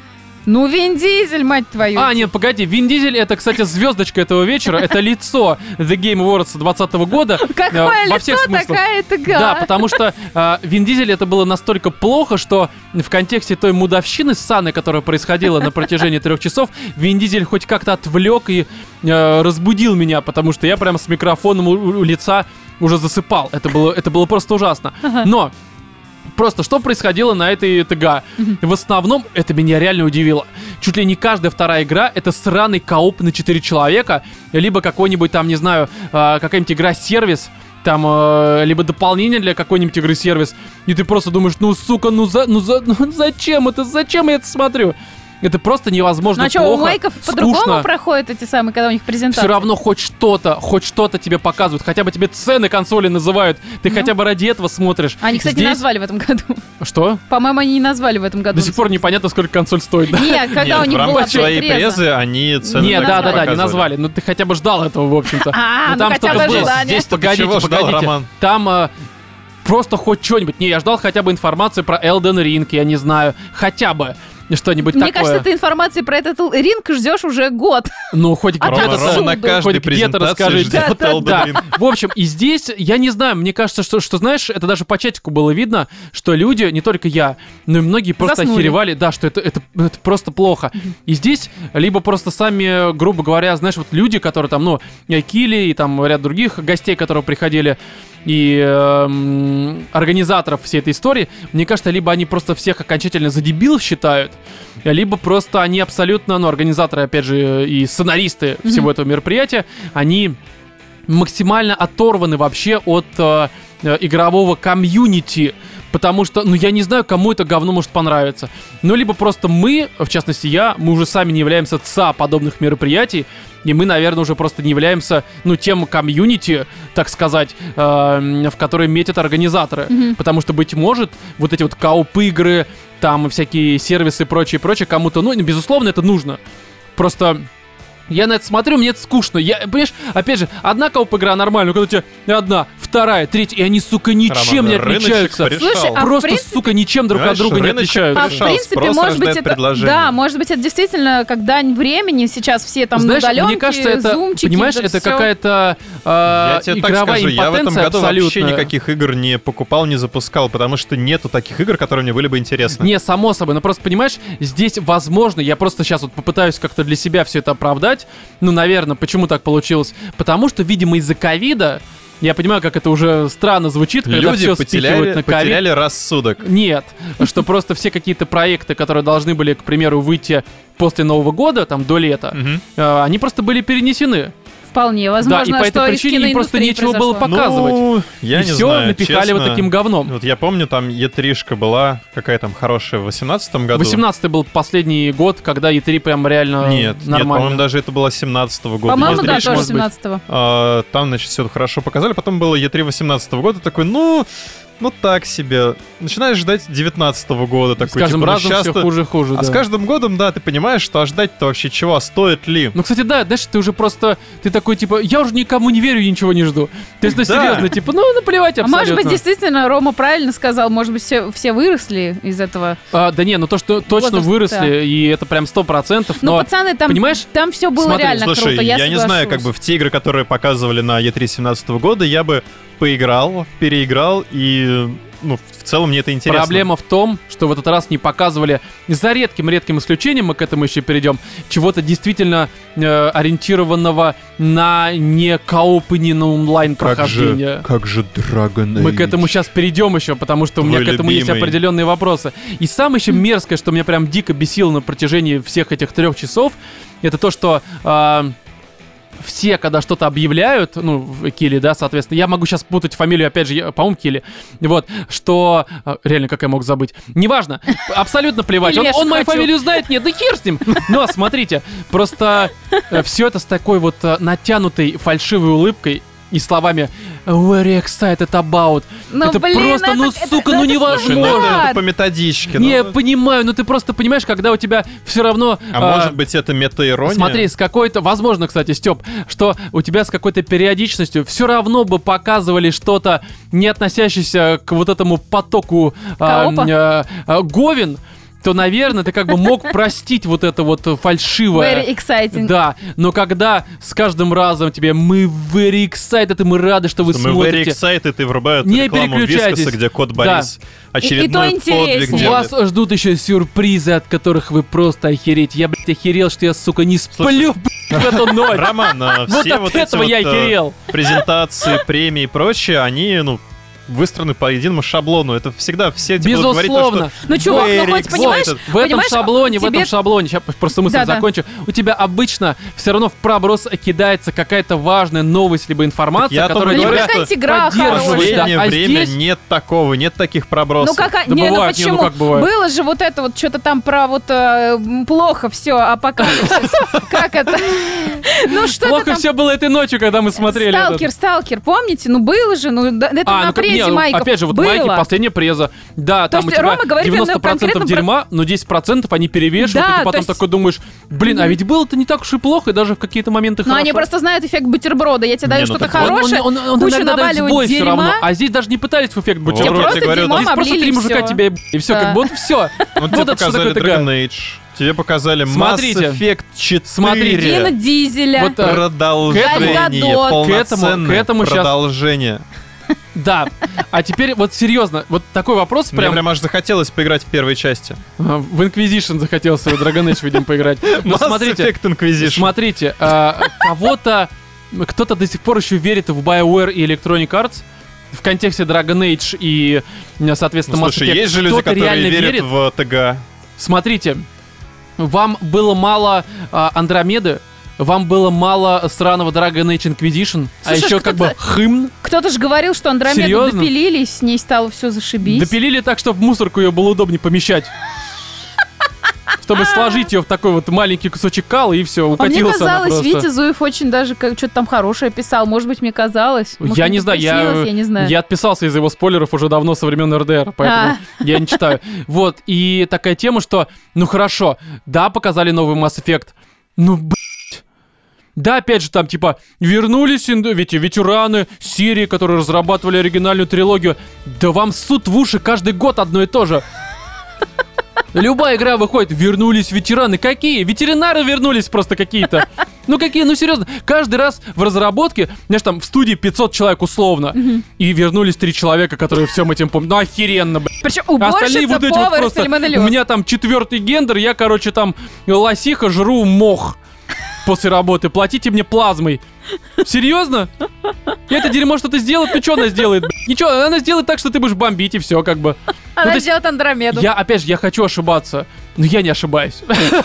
Ну, Вин Дизель, мать твою. А, нет, погоди, Вин Дизель это, кстати, звездочка этого вечера, это лицо The Game Awards 2020 года. э, Какое во лицо, всех смыслах. такая это га. Да, потому что э, Вин Дизель это было настолько плохо, что в контексте той мудовщины с Саной, которая происходила на протяжении трех часов, Вин Дизель хоть как-то отвлек и э, разбудил меня, потому что я прям с микрофоном у, у лица уже засыпал. Это было, это было просто ужасно. Но Просто что происходило на этой ТГ? В основном это меня реально удивило. Чуть ли не каждая вторая игра это сраный кооп на 4 человека, либо какой-нибудь там, не знаю, э, какая-нибудь игра-сервис, там, э, либо дополнение для какой-нибудь игры-сервис, и ты просто думаешь, ну, сука, ну, за, ну, за, ну зачем это, зачем я это смотрю? Это просто невозможно Ну а что, у плохо, Майков скучно. по-другому проходят эти самые, когда у них презентации? Все равно хоть что-то, хоть что-то тебе показывают, хотя бы тебе цены консоли называют, ты Ну. хотя бы ради этого смотришь. Они, кстати, не Здесь- назвали в этом году. Что? По-моему, они не назвали в этом году. До сих пор непонятно, сколько консоль стоит, да? Нет, когда у Нет, них в была рамках своей преза. презы они цены Нет, так да, да, да, не показывали. назвали. Ну ты хотя бы ждал этого, в общем-то. А, Ну, ну там хотя столько бы было. ожидание. Здесь ты Погодите, чего ждал, погодите. Роман? Там э, просто хоть что-нибудь. Не, я ждал хотя бы информации про Elden Ring, я не знаю. Хотя бы что-нибудь Мне такое. кажется, ты информации про этот л- ринг ждешь уже год. Ну, хоть А где-то... Рома, так со- Рома на всюду. каждой Хоть где-то презентации расскажи. ждет Да, Elden Да, Ring. в общем, и здесь, я не знаю, мне кажется, что, что, знаешь, это даже по чатику было видно, что люди, не только я, но и многие просто Заснули. охеревали, да, что это, это, это просто плохо. И здесь либо просто сами, грубо говоря, знаешь, вот люди, которые там, ну, э, Кили и там ряд других гостей, которые приходили, и эм, организаторов всей этой истории, мне кажется, либо они просто всех окончательно за дебилов считают, либо просто они абсолютно, ну, организаторы, опять же, и сценаристы всего этого мероприятия, они максимально оторваны вообще от э, э, игрового комьюнити. Потому что, ну, я не знаю, кому это говно может понравиться. Ну, либо просто мы, в частности я, мы уже сами не являемся ЦА подобных мероприятий, и мы, наверное, уже просто не являемся, ну, тем комьюнити, так сказать, э, м, в которой метят организаторы. Потому что, быть может, вот эти вот кауп-игры, там всякие сервисы и прочее, прочее, кому-то, ну, безусловно, это нужно. Просто я на это смотрю, мне это скучно. Я, понимаешь, опять же, одна коп-игра нормальная, когда у тебя одна, вторая, третья, и они, сука, ничем Роман, не рыночек отличаются. порешал. Слушай, а в Просто, принципе- сука, ничем друг от Понимаешь, друга не рыночек отличаются. А в Решал, принципе, спрос может быть, рождает это... предложение. Да, может быть, это действительно, когда времени сейчас все там Знаешь, на удаленке, мне кажется, это, зумчики, понимаешь, да это всё. какая-то э, Я тебе так игровая скажу, я в этом импотенция году вообще абсолютная. никаких игр не покупал, не запускал, потому что нету таких игр, которые мне были бы интересны. Не, само собой, но просто понимаешь, здесь возможно, я просто сейчас вот попытаюсь как-то для себя все это оправдать. Ну, наверное, почему так получилось? Потому что, видимо, из-за ковида, я понимаю, как это уже странно звучит, когда Люди все спихивают потеряли, на ковид. потеряли рассудок. Нет, что просто все какие-то проекты, которые должны были, к примеру, выйти после Нового года, там, до лета, Мгм. э, они просто были перенесены. Вполне возможно, да, и по этой что из причине им просто киноиндустрии нечего было произошло. показывать. Ну, я и не все знаю, напихали честно. вот таким говном. Вот я помню, там Е3-шка была, какая там хорошая, в 18 году. 18-й был последний год, когда E3 прям реально Нет, нет, нормально. по-моему, даже это было 17 года. По-моему, Может да, быть, тоже может быть. 17-го. А, там, значит, все хорошо показали. Потом было Е3 18 года, такой, ну, ну так себе. Начинаешь ждать 19 года, такой, С каждым типа, ну, разом щас-то- все хуже и хуже. А с да. каждым годом, да, ты понимаешь, что а ждать-то вообще чего, а стоит ли? Ну, кстати, да, дальше ты уже просто, ты такой, типа, я уже никому не верю и ничего не жду. То есть, ну, Да. серьезно, типа, ну, наплевать А абсолютно. может быть, действительно, Рома правильно сказал, может быть, все, все выросли из этого. А, да не, ну то, что точно Возраст, выросли, да. и это прям 100%, Но, но... Ну, пацаны, там, понимаешь, там все было смотри, реально Слушай, круто, я, я, не знаю, как бы соглашусь. в те игры, которые показывали на E3 17 года, я бы поиграл, переиграл, и ну, в целом мне это интересно. Проблема в том, что в этот раз не показывали, за редким-редким исключением, мы к этому еще перейдем, чего-то действительно э, ориентированного на не кооп и не на онлайн как прохождение. же, как же Dragon Мы Age. к этому сейчас перейдем еще, потому что у меня Твой к этому есть любимый. определенные вопросы. И самое еще мерзкое, что меня прям дико бесило на протяжении всех этих трех часов, это то, что а, все, когда что-то объявляют, ну, в Киле, да, соответственно, я могу сейчас путать фамилию, опять же, я- по-моему, Киле, вот, что... а, реально, как я мог забыть? Неважно, абсолютно плевать. Он, Лешек он мою хочу. фамилию знает, нет, да хер с ним! Но, смотрите, просто все это с такой вот э, натянутой фальшивой улыбкой и словами «Very excited about». Ну, это блин, просто, это- ну, это- сука, это ну Слушай, невозможно! ну, это, Влад! это по методичке. Не, я ну. понимаю, но ты просто понимаешь, когда у тебя все равно... а, а, может быть, это мета-ирония? Смотри, с какой-то, возможно, кстати, Степ, что у тебя с какой-то периодичностью все равно бы показывали что-то, не относящееся к вот этому потоку а, Коопа? м, а, а, Говин, то, наверное, ты как бы мог простить вот это вот фальшивое. Very exciting. Да, но когда с каждым разом тебе мы very excited, и мы рады, что вы Мы very смотрите. excited и врубают Не рекламу переключайтесь. Вискаса, где кот Да. Борис очередной и то подвиг интереснее. делает. Вас ждут еще сюрпризы, от которых вы просто охереть. Я, блядь, охерел, что я, сука, не сплю, блядь, в эту ночь. Роман, а, Вот все от вот эти этого вот, я э, охерел. презентации, премии и прочее, они, ну, выстроены по единому шаблону. Это всегда все тебе Типа, будут говорить, то, Безусловно. Ну, чувак, Very ну хоть excited. понимаешь, В этом понимаешь, шаблоне, в тебе- этом шаблоне, сейчас просто мысль Да-да. закончу. У тебя обычно все равно в проброс кидается какая-то важная новость, либо информация, я о том и которая Ну, не говорю, тебя- что какая-то игра что в поддерживает, хорошая. да. последнее А время здесь- нет такого, нет таких Ну пробросов. как, Да не, ну бывает, не, ну почему? как бывает. Было же вот это вот что-то там про вот э, м, плохо все апокалипсис. Как это? Ну что это Плохо там? все было этой ночью, когда мы смотрели. этот- Сталкер, сталкер, помните? Ну было же, ну да- это А, на ну, как- не, презе ну, майков опять же, вот было. майки, последняя преза. Да, То там у есть тебя Рома говорит именно 90% конкретно про- дерьма, но 10% они перевешивают, и Да, ты то потом есть- такой думаешь, блин, а ведь было-то не так уж и плохо, и даже в какие-то моменты Но хорошо. Ну, они просто знают эффект бутерброда. Я тебе Не, даю ну что-то так вот. хорошее, он, он, он кучу иногда дает наваливают сбой все дерьма. равно, а здесь даже не пытались в эффект Вот бутерброд. я Здесь просто говорю, дерьмом просто облили три мужика всё. тебе, и все, Да. как бы вот все. Ну, тебе Вот это что такое показали такая. Dragon Age, тебе показали Смотрите. Mass Effect 4. Смотрите. Вина Дизеля. Вот, э, Продолжение, Гадот. К этому- полноценное к этому щас- продолжение. Да. А теперь вот серьезно, вот такой вопрос Мне прям прям аж захотелось поиграть в первой части. А, в Inquisition захотелось в Dragon Age, видимо, поиграть. Но Mass Ну, смотрите, Effect Inquisition. Смотрите, а, кого-то, кто-то до сих пор еще верит в BioWare и Electronic Arts в контексте Dragon Age и, э, Ну, соответственно, Mass слушай, Effect. есть же люди, Кто-то которые реально верят верит. в А? ТГ. Смотрите, вам было мало а, Андромеды, вам было мало сраного Dragon Age Inquisition, а Слушай, еще как бы хм, хымн. Кто-то же говорил, что Андромеду Серьезно? допилили, и с ней стало все зашибись. Допилили так, чтобы в мусорку ее было удобнее помещать. Чтобы сложить ее в такой вот маленький кусочек кала и все, А мне укатилась она казалось, просто. Витя Зуев очень даже как, что-то там хорошее писал. Может быть, мне казалось. Может, я мне не знаю, я, приснилось, я не знаю. А. я отписался из его спойлеров уже давно со времен РДР, поэтому я не читаю. Вот, и такая тема, что, ну хорошо, да, показали новый Mass Effect, ну, блядь. Да, опять же, там, типа, вернулись инду- ведь ветераны Сирии, которые разрабатывали оригинальную трилогию. Да вам суд в уши каждый год одно и то же. Любая игра выходит, вернулись ветераны. Какие? Ветеринары вернулись просто какие-то. Ну какие? Ну серьезно. Каждый раз в разработке, знаешь, там в студии 500 человек условно. И вернулись три человека, которые всем этим помнят. Ну охеренно, блядь. Причем А остальные уборщица, вот эти вот повар, просто... сальмонеллез. У меня там четвертый гендер, я, короче, там лосиха, жру мох после работы. Платите мне плазмой. Серьезно? И это дерьмо что-то сделает, ну что она сделает? блядь? Ничего, она сделает так, что ты будешь бомбить и все, как бы. Она Ну, то есть сделает Андромеду. я, опять же, я хочу ошибаться, но я не ошибаюсь.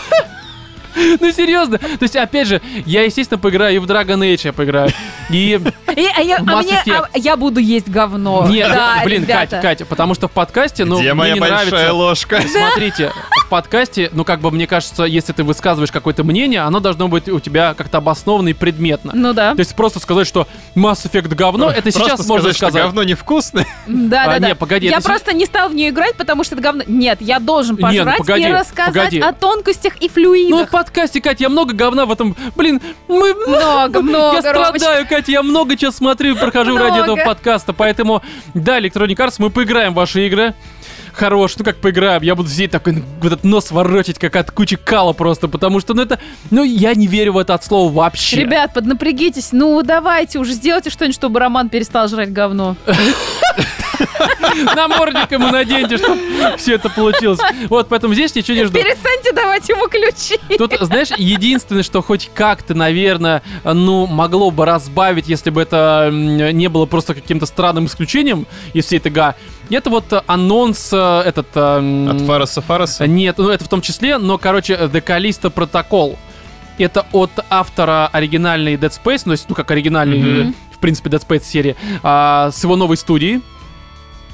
Ну, серьезно. То есть, опять же, я, естественно, поиграю и в Dragon Age я поиграю. И... И- а я, а Mass мне- Effect. а я буду есть говно. Нет, да, блин, ребята. Катя, Катя, потому что в подкасте, ну, мне Где моя не большая нравится... ложка? Смотрите, в подкасте, ну, как бы, мне кажется, если ты высказываешь какое-то мнение, оно должно быть у тебя как-то обоснованно и предметно. Ну да. То есть просто сказать, что Mass Effect говно, это Просто сейчас можно что сказать. говно невкусное. Да, да, А, да. не, погоди, я это се- просто не стал в нее играть, потому что это говно. Нет, я должен Не, ну, пожрать погоди, и рассказать погоди. о тонкостях и Ну, в флюидах. подкасте, Катя, я много говна в этом... Блин, мы... много, много, я Ромочка. страдаю, Катя, я много чего смотрю и прохожу ради Много. этого подкаста, поэтому, да, Electronic Arts, мы поиграем в ваши игры. Хорош, ну как поиграем, я буду сидеть такой, вот этот нос воротить, как от кучи кала просто, потому что, ну это, ну я не верю в это от слова вообще. Ребят, поднапрягитесь. Ну, давайте уже сделайте что-нибудь, чтобы Роман перестал жрать говно. Намордник ему наденьте, чтобы все это получилось. Вот, поэтому здесь ничего не жду. Перестаньте давать ему ключи. Тут, знаешь, единственное, что хоть как-то, наверное, ну, могло бы разбавить, если бы это м, не было просто каким-то странным исключением из всей этой га, это вот э, анонс э, этот... эм, От Фараса Фараса. Нет, ну это в том числе, но, короче, The Callisto Protocol. Это от автора оригинальной Dead Space, ну, то есть, ну как оригинальной, Мгм. э, в принципе, Dead Space серии, а, с его новой студии.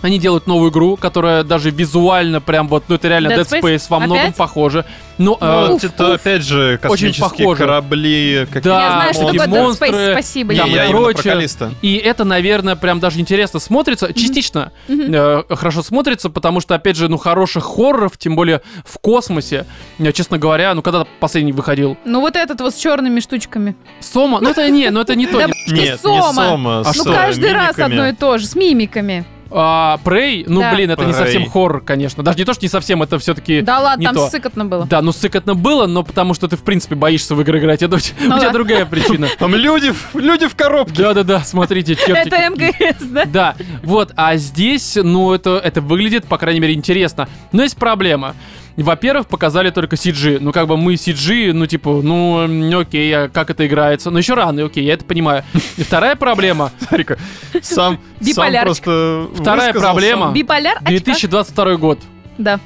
Они делают новую игру, которая даже визуально прям вот, ну это реально Dead Dead Space, Space во многом опять? похоже. Ну, э, Ну, Уф, Это уф. опять же космические похоже. корабли. Да, Я знаю, что мол, такое и Dead монстры, Space. Спасибо. там Я, и я именно про прочее. Калиста. И это, наверное, прям даже интересно смотрится. Частично э, хорошо смотрится, потому что, опять же, ну, хороших хорроров, тем более в космосе, э, честно говоря, ну, когда последний выходил? Ну, вот этот вот с черными штучками. Сома? Ну, это не, ну, это не то. Да, не- блин, И Сома. Сома. А с, ну, э, каждый раз мимиками. одно и то же, с мимиками. А, Prey, ну Да. блин, это не Prey. совсем хоррор, конечно. Даже не то, что не совсем, это все-таки. Да ладно, не там то. сыкотно было. Да, ну сыкотно было, но потому что ты, в принципе, боишься в игры играть. Это у тебя у тебя Ну да. другая причина. Там люди, в- люди в коробке. Да-да-да, смотрите, чертики. Это МГС, да? Да, вот, а здесь, ну, это, это выглядит, по крайней мере, интересно. Но есть проблема. Во-первых, показали только CG. Ну, как бы мы CG, ну, типа, ну, м, окей, а как это играется? Ну, еще рано, окей, я это понимаю. И вторая проблема. Смотри-ка, сам, сам Биполярчик. просто Вторая высказался. проблема. Биполяр, очка. 2022 год. Да.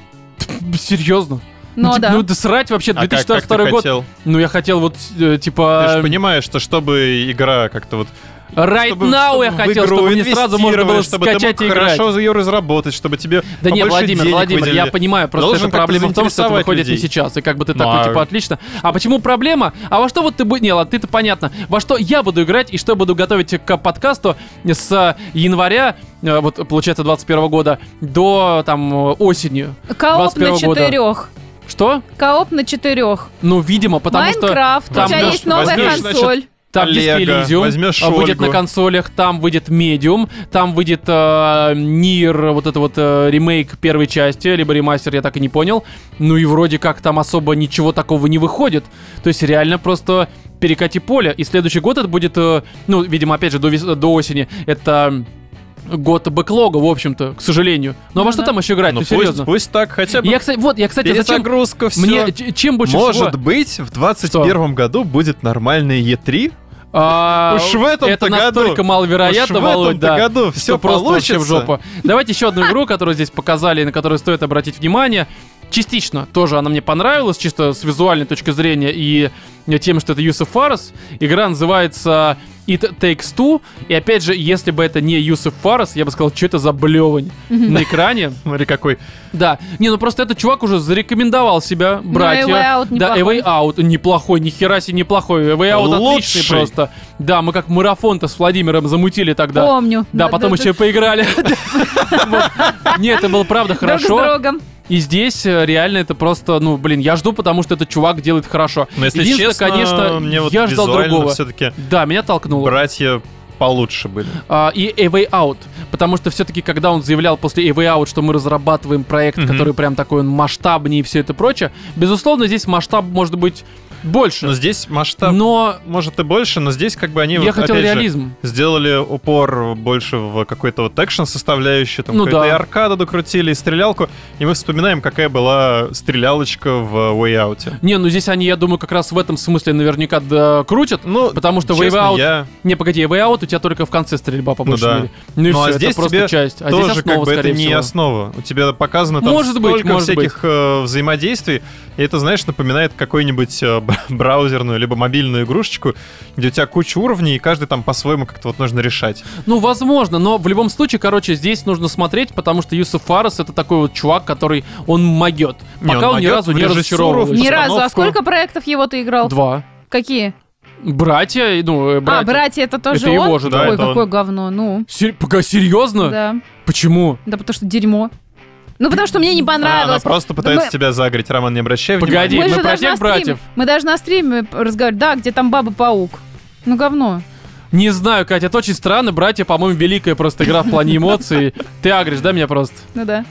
Серьезно? Ну типа, да. Ну, да срать вообще, А как- как ты 2022 год. хотел? Ну, я хотел вот, э, Ты же типа... понимаешь, что чтобы игра как-то вот... Right чтобы- now чтобы я в хотел, игру чтобы мне сразу можно было инвестировать, чтобы ты скачать и мог играть. хорошо ее разработать, чтобы тебе Да не, побольше Владимир, А денег Владимир, я выделили. понимаю, просто Должен эта как-то проблема в том, что это заинтересовать выходит не людей. сейчас, и как бы ты Ну, такой, а- типа, отлично. А почему проблема? А во что вот ты будешь... Не, ладно, ты-то понятно. Во что я буду играть и что буду готовить к подкасту с э, января, э, вот, получается, 21 года, до, там, э, осени. Кооп 21-го на года. четырех. Что? Кооп Кооп на четырех. Ну, видимо, потому что... Майнкрафт, у там тебя даже- есть новая возьмешь, значит, консоль. Там Лего, Disco Elysium, возьмешь а, выйдет Ольгу. на консолях, там выйдет Medium, там выйдет э, Нир, вот это вот э, ремейк первой части, либо ремастер, я так и не понял. Ну и вроде как там особо ничего такого не выходит. То есть реально просто перекати поле. И следующий год это будет, э, ну, видимо, опять же, до, вес- до осени, это год бэклога, в общем-то, к сожалению. Ну а во Ну что да. там еще играть? Ну Ну, пусть, серьезно. пусть так хотя бы Я, кстати, вот, я, кстати, зачем... перезагрузка, все. Мне ч- чем больше Может всего... быть, в 21 году будет нормальный Е3? А, Уж в этом-то это году. настолько маловероятно, Уж в Володь, этом А да. году Все все просто вообще получится. в жопу. Давайте еще одну игру, которую здесь показали, и на которую стоит обратить внимание. Частично тоже она мне понравилась, чисто с визуальной точки зрения и тем, что это Юсеф Фарас. Игра называется It Takes Two. И опять же, если бы это не Юсеф Фарас, я бы сказал, что это за блевань на экране. Смотри, какой Да. Не, ну просто этот чувак уже зарекомендовал себя, братья. и Way Out да, и Way Out неплохой, ни хера себе неплохой. И Way Out отличный Лучший. просто. Да, мы как марафон-то с Владимиром замутили тогда. Помню. Да, потом еще и поиграли. Вот. Не, это было правда Друг с хорошо. другом. И здесь э, реально это просто, ну, блин, я жду, потому что этот чувак делает хорошо. Но Ну, если Единственное, честно, конечно, мне вот я ждал другого. все-таки Да, меня толкнуло. Ну, братья получше были. А, и A Way Out. Потому что все-таки, когда он заявлял после A Way Out, что мы разрабатываем проект, Мгм. который прям такой он масштабнее и все это прочее, безусловно, здесь масштаб может быть Но больше. Ну, здесь масштаб, Но может, и больше, но здесь как бы они, Ну, я вот, хотел опять же, реализм. сделали упор больше в какой-то вот экшен составляющий, там Ну какую-то да. и аркаду докрутили, и стрелялку, и мы вспоминаем, какая была стрелялочка в Way Out. Не, ну здесь они, я думаю, как раз в этом смысле наверняка да, крутят. Ну, Потому что честно, Way Out я- Не, погоди, Way Out у тебя только в конце стрельба по Ну большей да. мере. Ну и Ну, а все, здесь это просто тебе часть. А здесь тоже основа, как бы это скорее не всего. основа. У тебя показано там Может быть, столько может всяких э, взаимодействий, и это, знаешь, напоминает какую-нибудь э, б- браузерную либо мобильную игрушечку, где у тебя куча уровней, и каждый там по-своему как-то вот нужно решать. А Ну, возможно, но в любом случае, короче, здесь нужно смотреть, потому что Юсуф Фарес это такой вот чувак, который, он могет. Не, Пока он он, ни могёт разу в не режиссуру, разочаровывал. в Ни разу. А постановку. сколько проектов его ты играл? Два. Какие? Братья, и, ну, э, братья. А, братья, это тоже Это Ну. он? его же, да, Ой, это он. какое говно, ну. Сер- Пока, серьезно? Да. Почему? Да потому что дерьмо. Ну потому что мне не А, она понравилось. просто пытается мы- тебя загреть, Роман, не обращай Погоди. Мы внимания. же про даже тех на стриме- братьев. Мы даже на стриме разговаривали. Да, где там Баба-паук. Ну говно. Не знаю, Катя, это очень странно. Братья, по-моему, великая просто игра в плане эмоций. Ты агришь, да, меня просто? Ну да.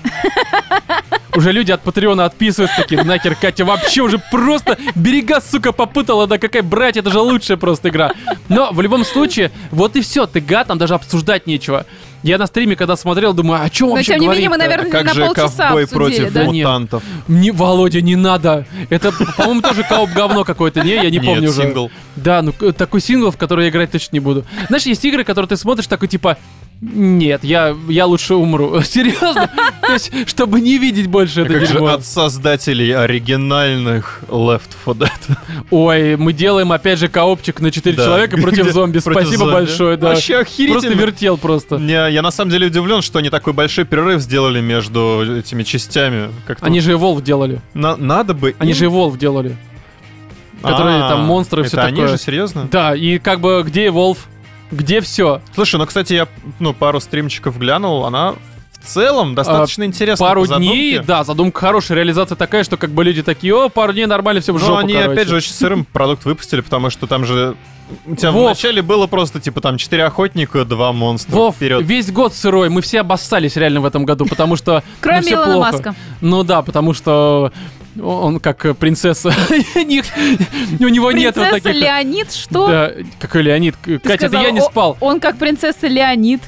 Уже люди от Патреона отписываются такие, нахер, Катя, вообще уже просто берега, сука, попутала, да какая, брать, это же лучшая просто игра. Но в любом случае, вот и все, ты гад, там даже обсуждать нечего. Я на стриме, когда смотрел, думаю, о чем Но вообще тем не менее мы, говорить-то? наверное, Как на же полчаса ковбой обсудили, против да? вот- мутантов? Не, Володя, не надо. Это, по-моему, тоже кауп говно какое-то, не? Я не Нет, помню уже. сингл. Да, ну к- такой сингл, в который я играть точно не буду. Знаешь, есть игры, которые ты смотришь, такой типа. Нет, я, я лучше умру. Серьезно? То есть, чтобы не видеть больше это А Как же дерьмо. от создателей оригинальных Left 4 Dead. Ой, мы делаем опять же коопчик на 4 Да. человека против Где- зомби. против Спасибо зомби. большое, да. Вообще охерительно. Просто вертел просто. Не, я на самом деле удивлен, что они такой большой перерыв сделали между этими частями. Как-то Они же Evolve делали. на- надо бы. Они им- А, же Evolve делали. которые там монстры и всё это Они такое. же серьезно? Да, и как бы где Evolve? Где все? Слушай, ну кстати, я ну пару стримчиков глянул, она в в целом достаточно интересно. А, Пару по задумке. дней, да, задумка хорошая, реализация такая, что как бы люди такие, о, пару дней нормально, все в жопу, Но Ну, они, короче». опять же, очень сырым продукт выпустили, потому что там же... У тебя Вов. вначале было просто, типа, там, четыре охотника, два монстра Вов, вперед. весь год сырой, мы все обоссались реально в этом году, потому что... ну, Кроме всё Илона плохо. Маска. Ну да, потому что он как э, принцесса. Них- У него Ну, нет вот Принцесса таких... Леонид, что? Да, как и Леонид. К- Ты Катя, это сказала, я не «О, спал. Он как принцесса Леонид.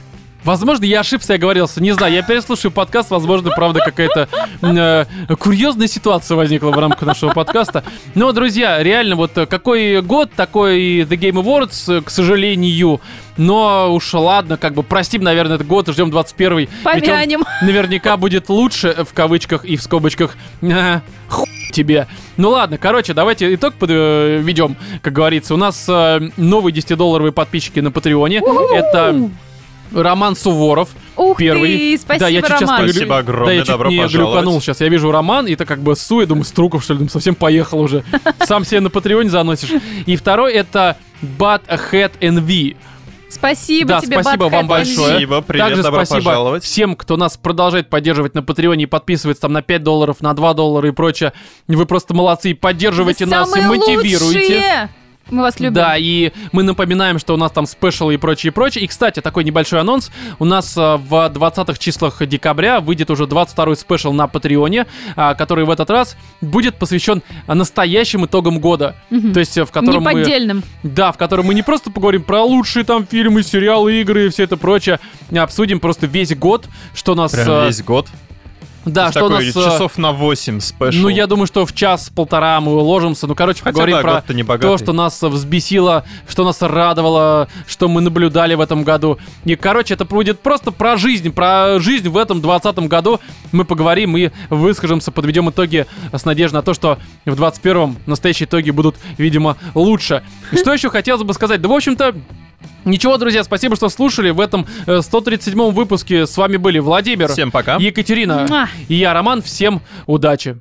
Возможно, я ошибся, я оговорился. Не знаю, я переслушаю подкаст. Возможно, правда, какая-то э, курьезная ситуация возникла в рамках нашего подкаста. Но, друзья, реально, вот э, какой год, такой The Game Awards, э, к сожалению. Но уж ладно, как бы простим, наверное, этот год, ждем 21-й. Ведь он Помянем. Наверняка будет лучше, э, в кавычках и в скобочках. Э, Хуй тебе. Ну ладно, короче, давайте итог подведем, как говорится. У нас э, новые 10-долларовые подписчики на Патреоне. Это Роман Суворов. Ух первый. ты, да, я спасибо, чуть Роман. честно Спасибо говорю, огромное, да, я чуть добро не пожаловать. глюканул сейчас. Я вижу Роман, и это как бы су, я думаю, Струков, что ли, ну, совсем поехал уже. Сам себе на Патреоне заносишь. И второй это Bad Head NV. Спасибо Да, тебе, спасибо Бадхед вам большое. Али. Спасибо, привет, Также добро спасибо пожаловать. всем, кто нас продолжает поддерживать на Патреоне и подписывается там на 5 долларов, на 2 доллара и прочее. Вы просто молодцы, и поддерживайте Вы нас и самые мотивируйте. лучшие. Мы вас любим. Да, и мы напоминаем, что у нас там спешалы и прочее, и прочее. И, кстати, такой небольшой анонс. У нас э, в 20-х числах декабря выйдет уже 22-й спешл на Патреоне, а, который в этот раз будет посвящен а, настоящим итогам года. Мгм. То есть, э, в котором Не мы... поддельным. Да, в котором мы не просто поговорим про лучшие там фильмы, сериалы, игры и все это прочее, а обсудим просто весь год, что нас... Прям э, весь год. Да, Есть что такой нас... э, Часов на 8 спешл. Ну, я думаю, что в час-полтора мы уложимся. Ну, короче, Хотя, поговорим да, про год-то не то, богатый. что нас взбесило, что нас радовало, что мы наблюдали в этом году. И, короче, это будет просто про жизнь, про жизнь в этом 20 году. Мы поговорим и выскажемся, подведем итоги с надеждой на то, что в 21-м настоящие итоги будут, видимо, лучше. И Что еще хотелось бы сказать? Да, в общем-то, Ничего, друзья, спасибо, что слушали. В этом э, 137-м выпуске с вами были Владимир, Всем пока. Екатерина Муа. и я, Роман. Всем удачи!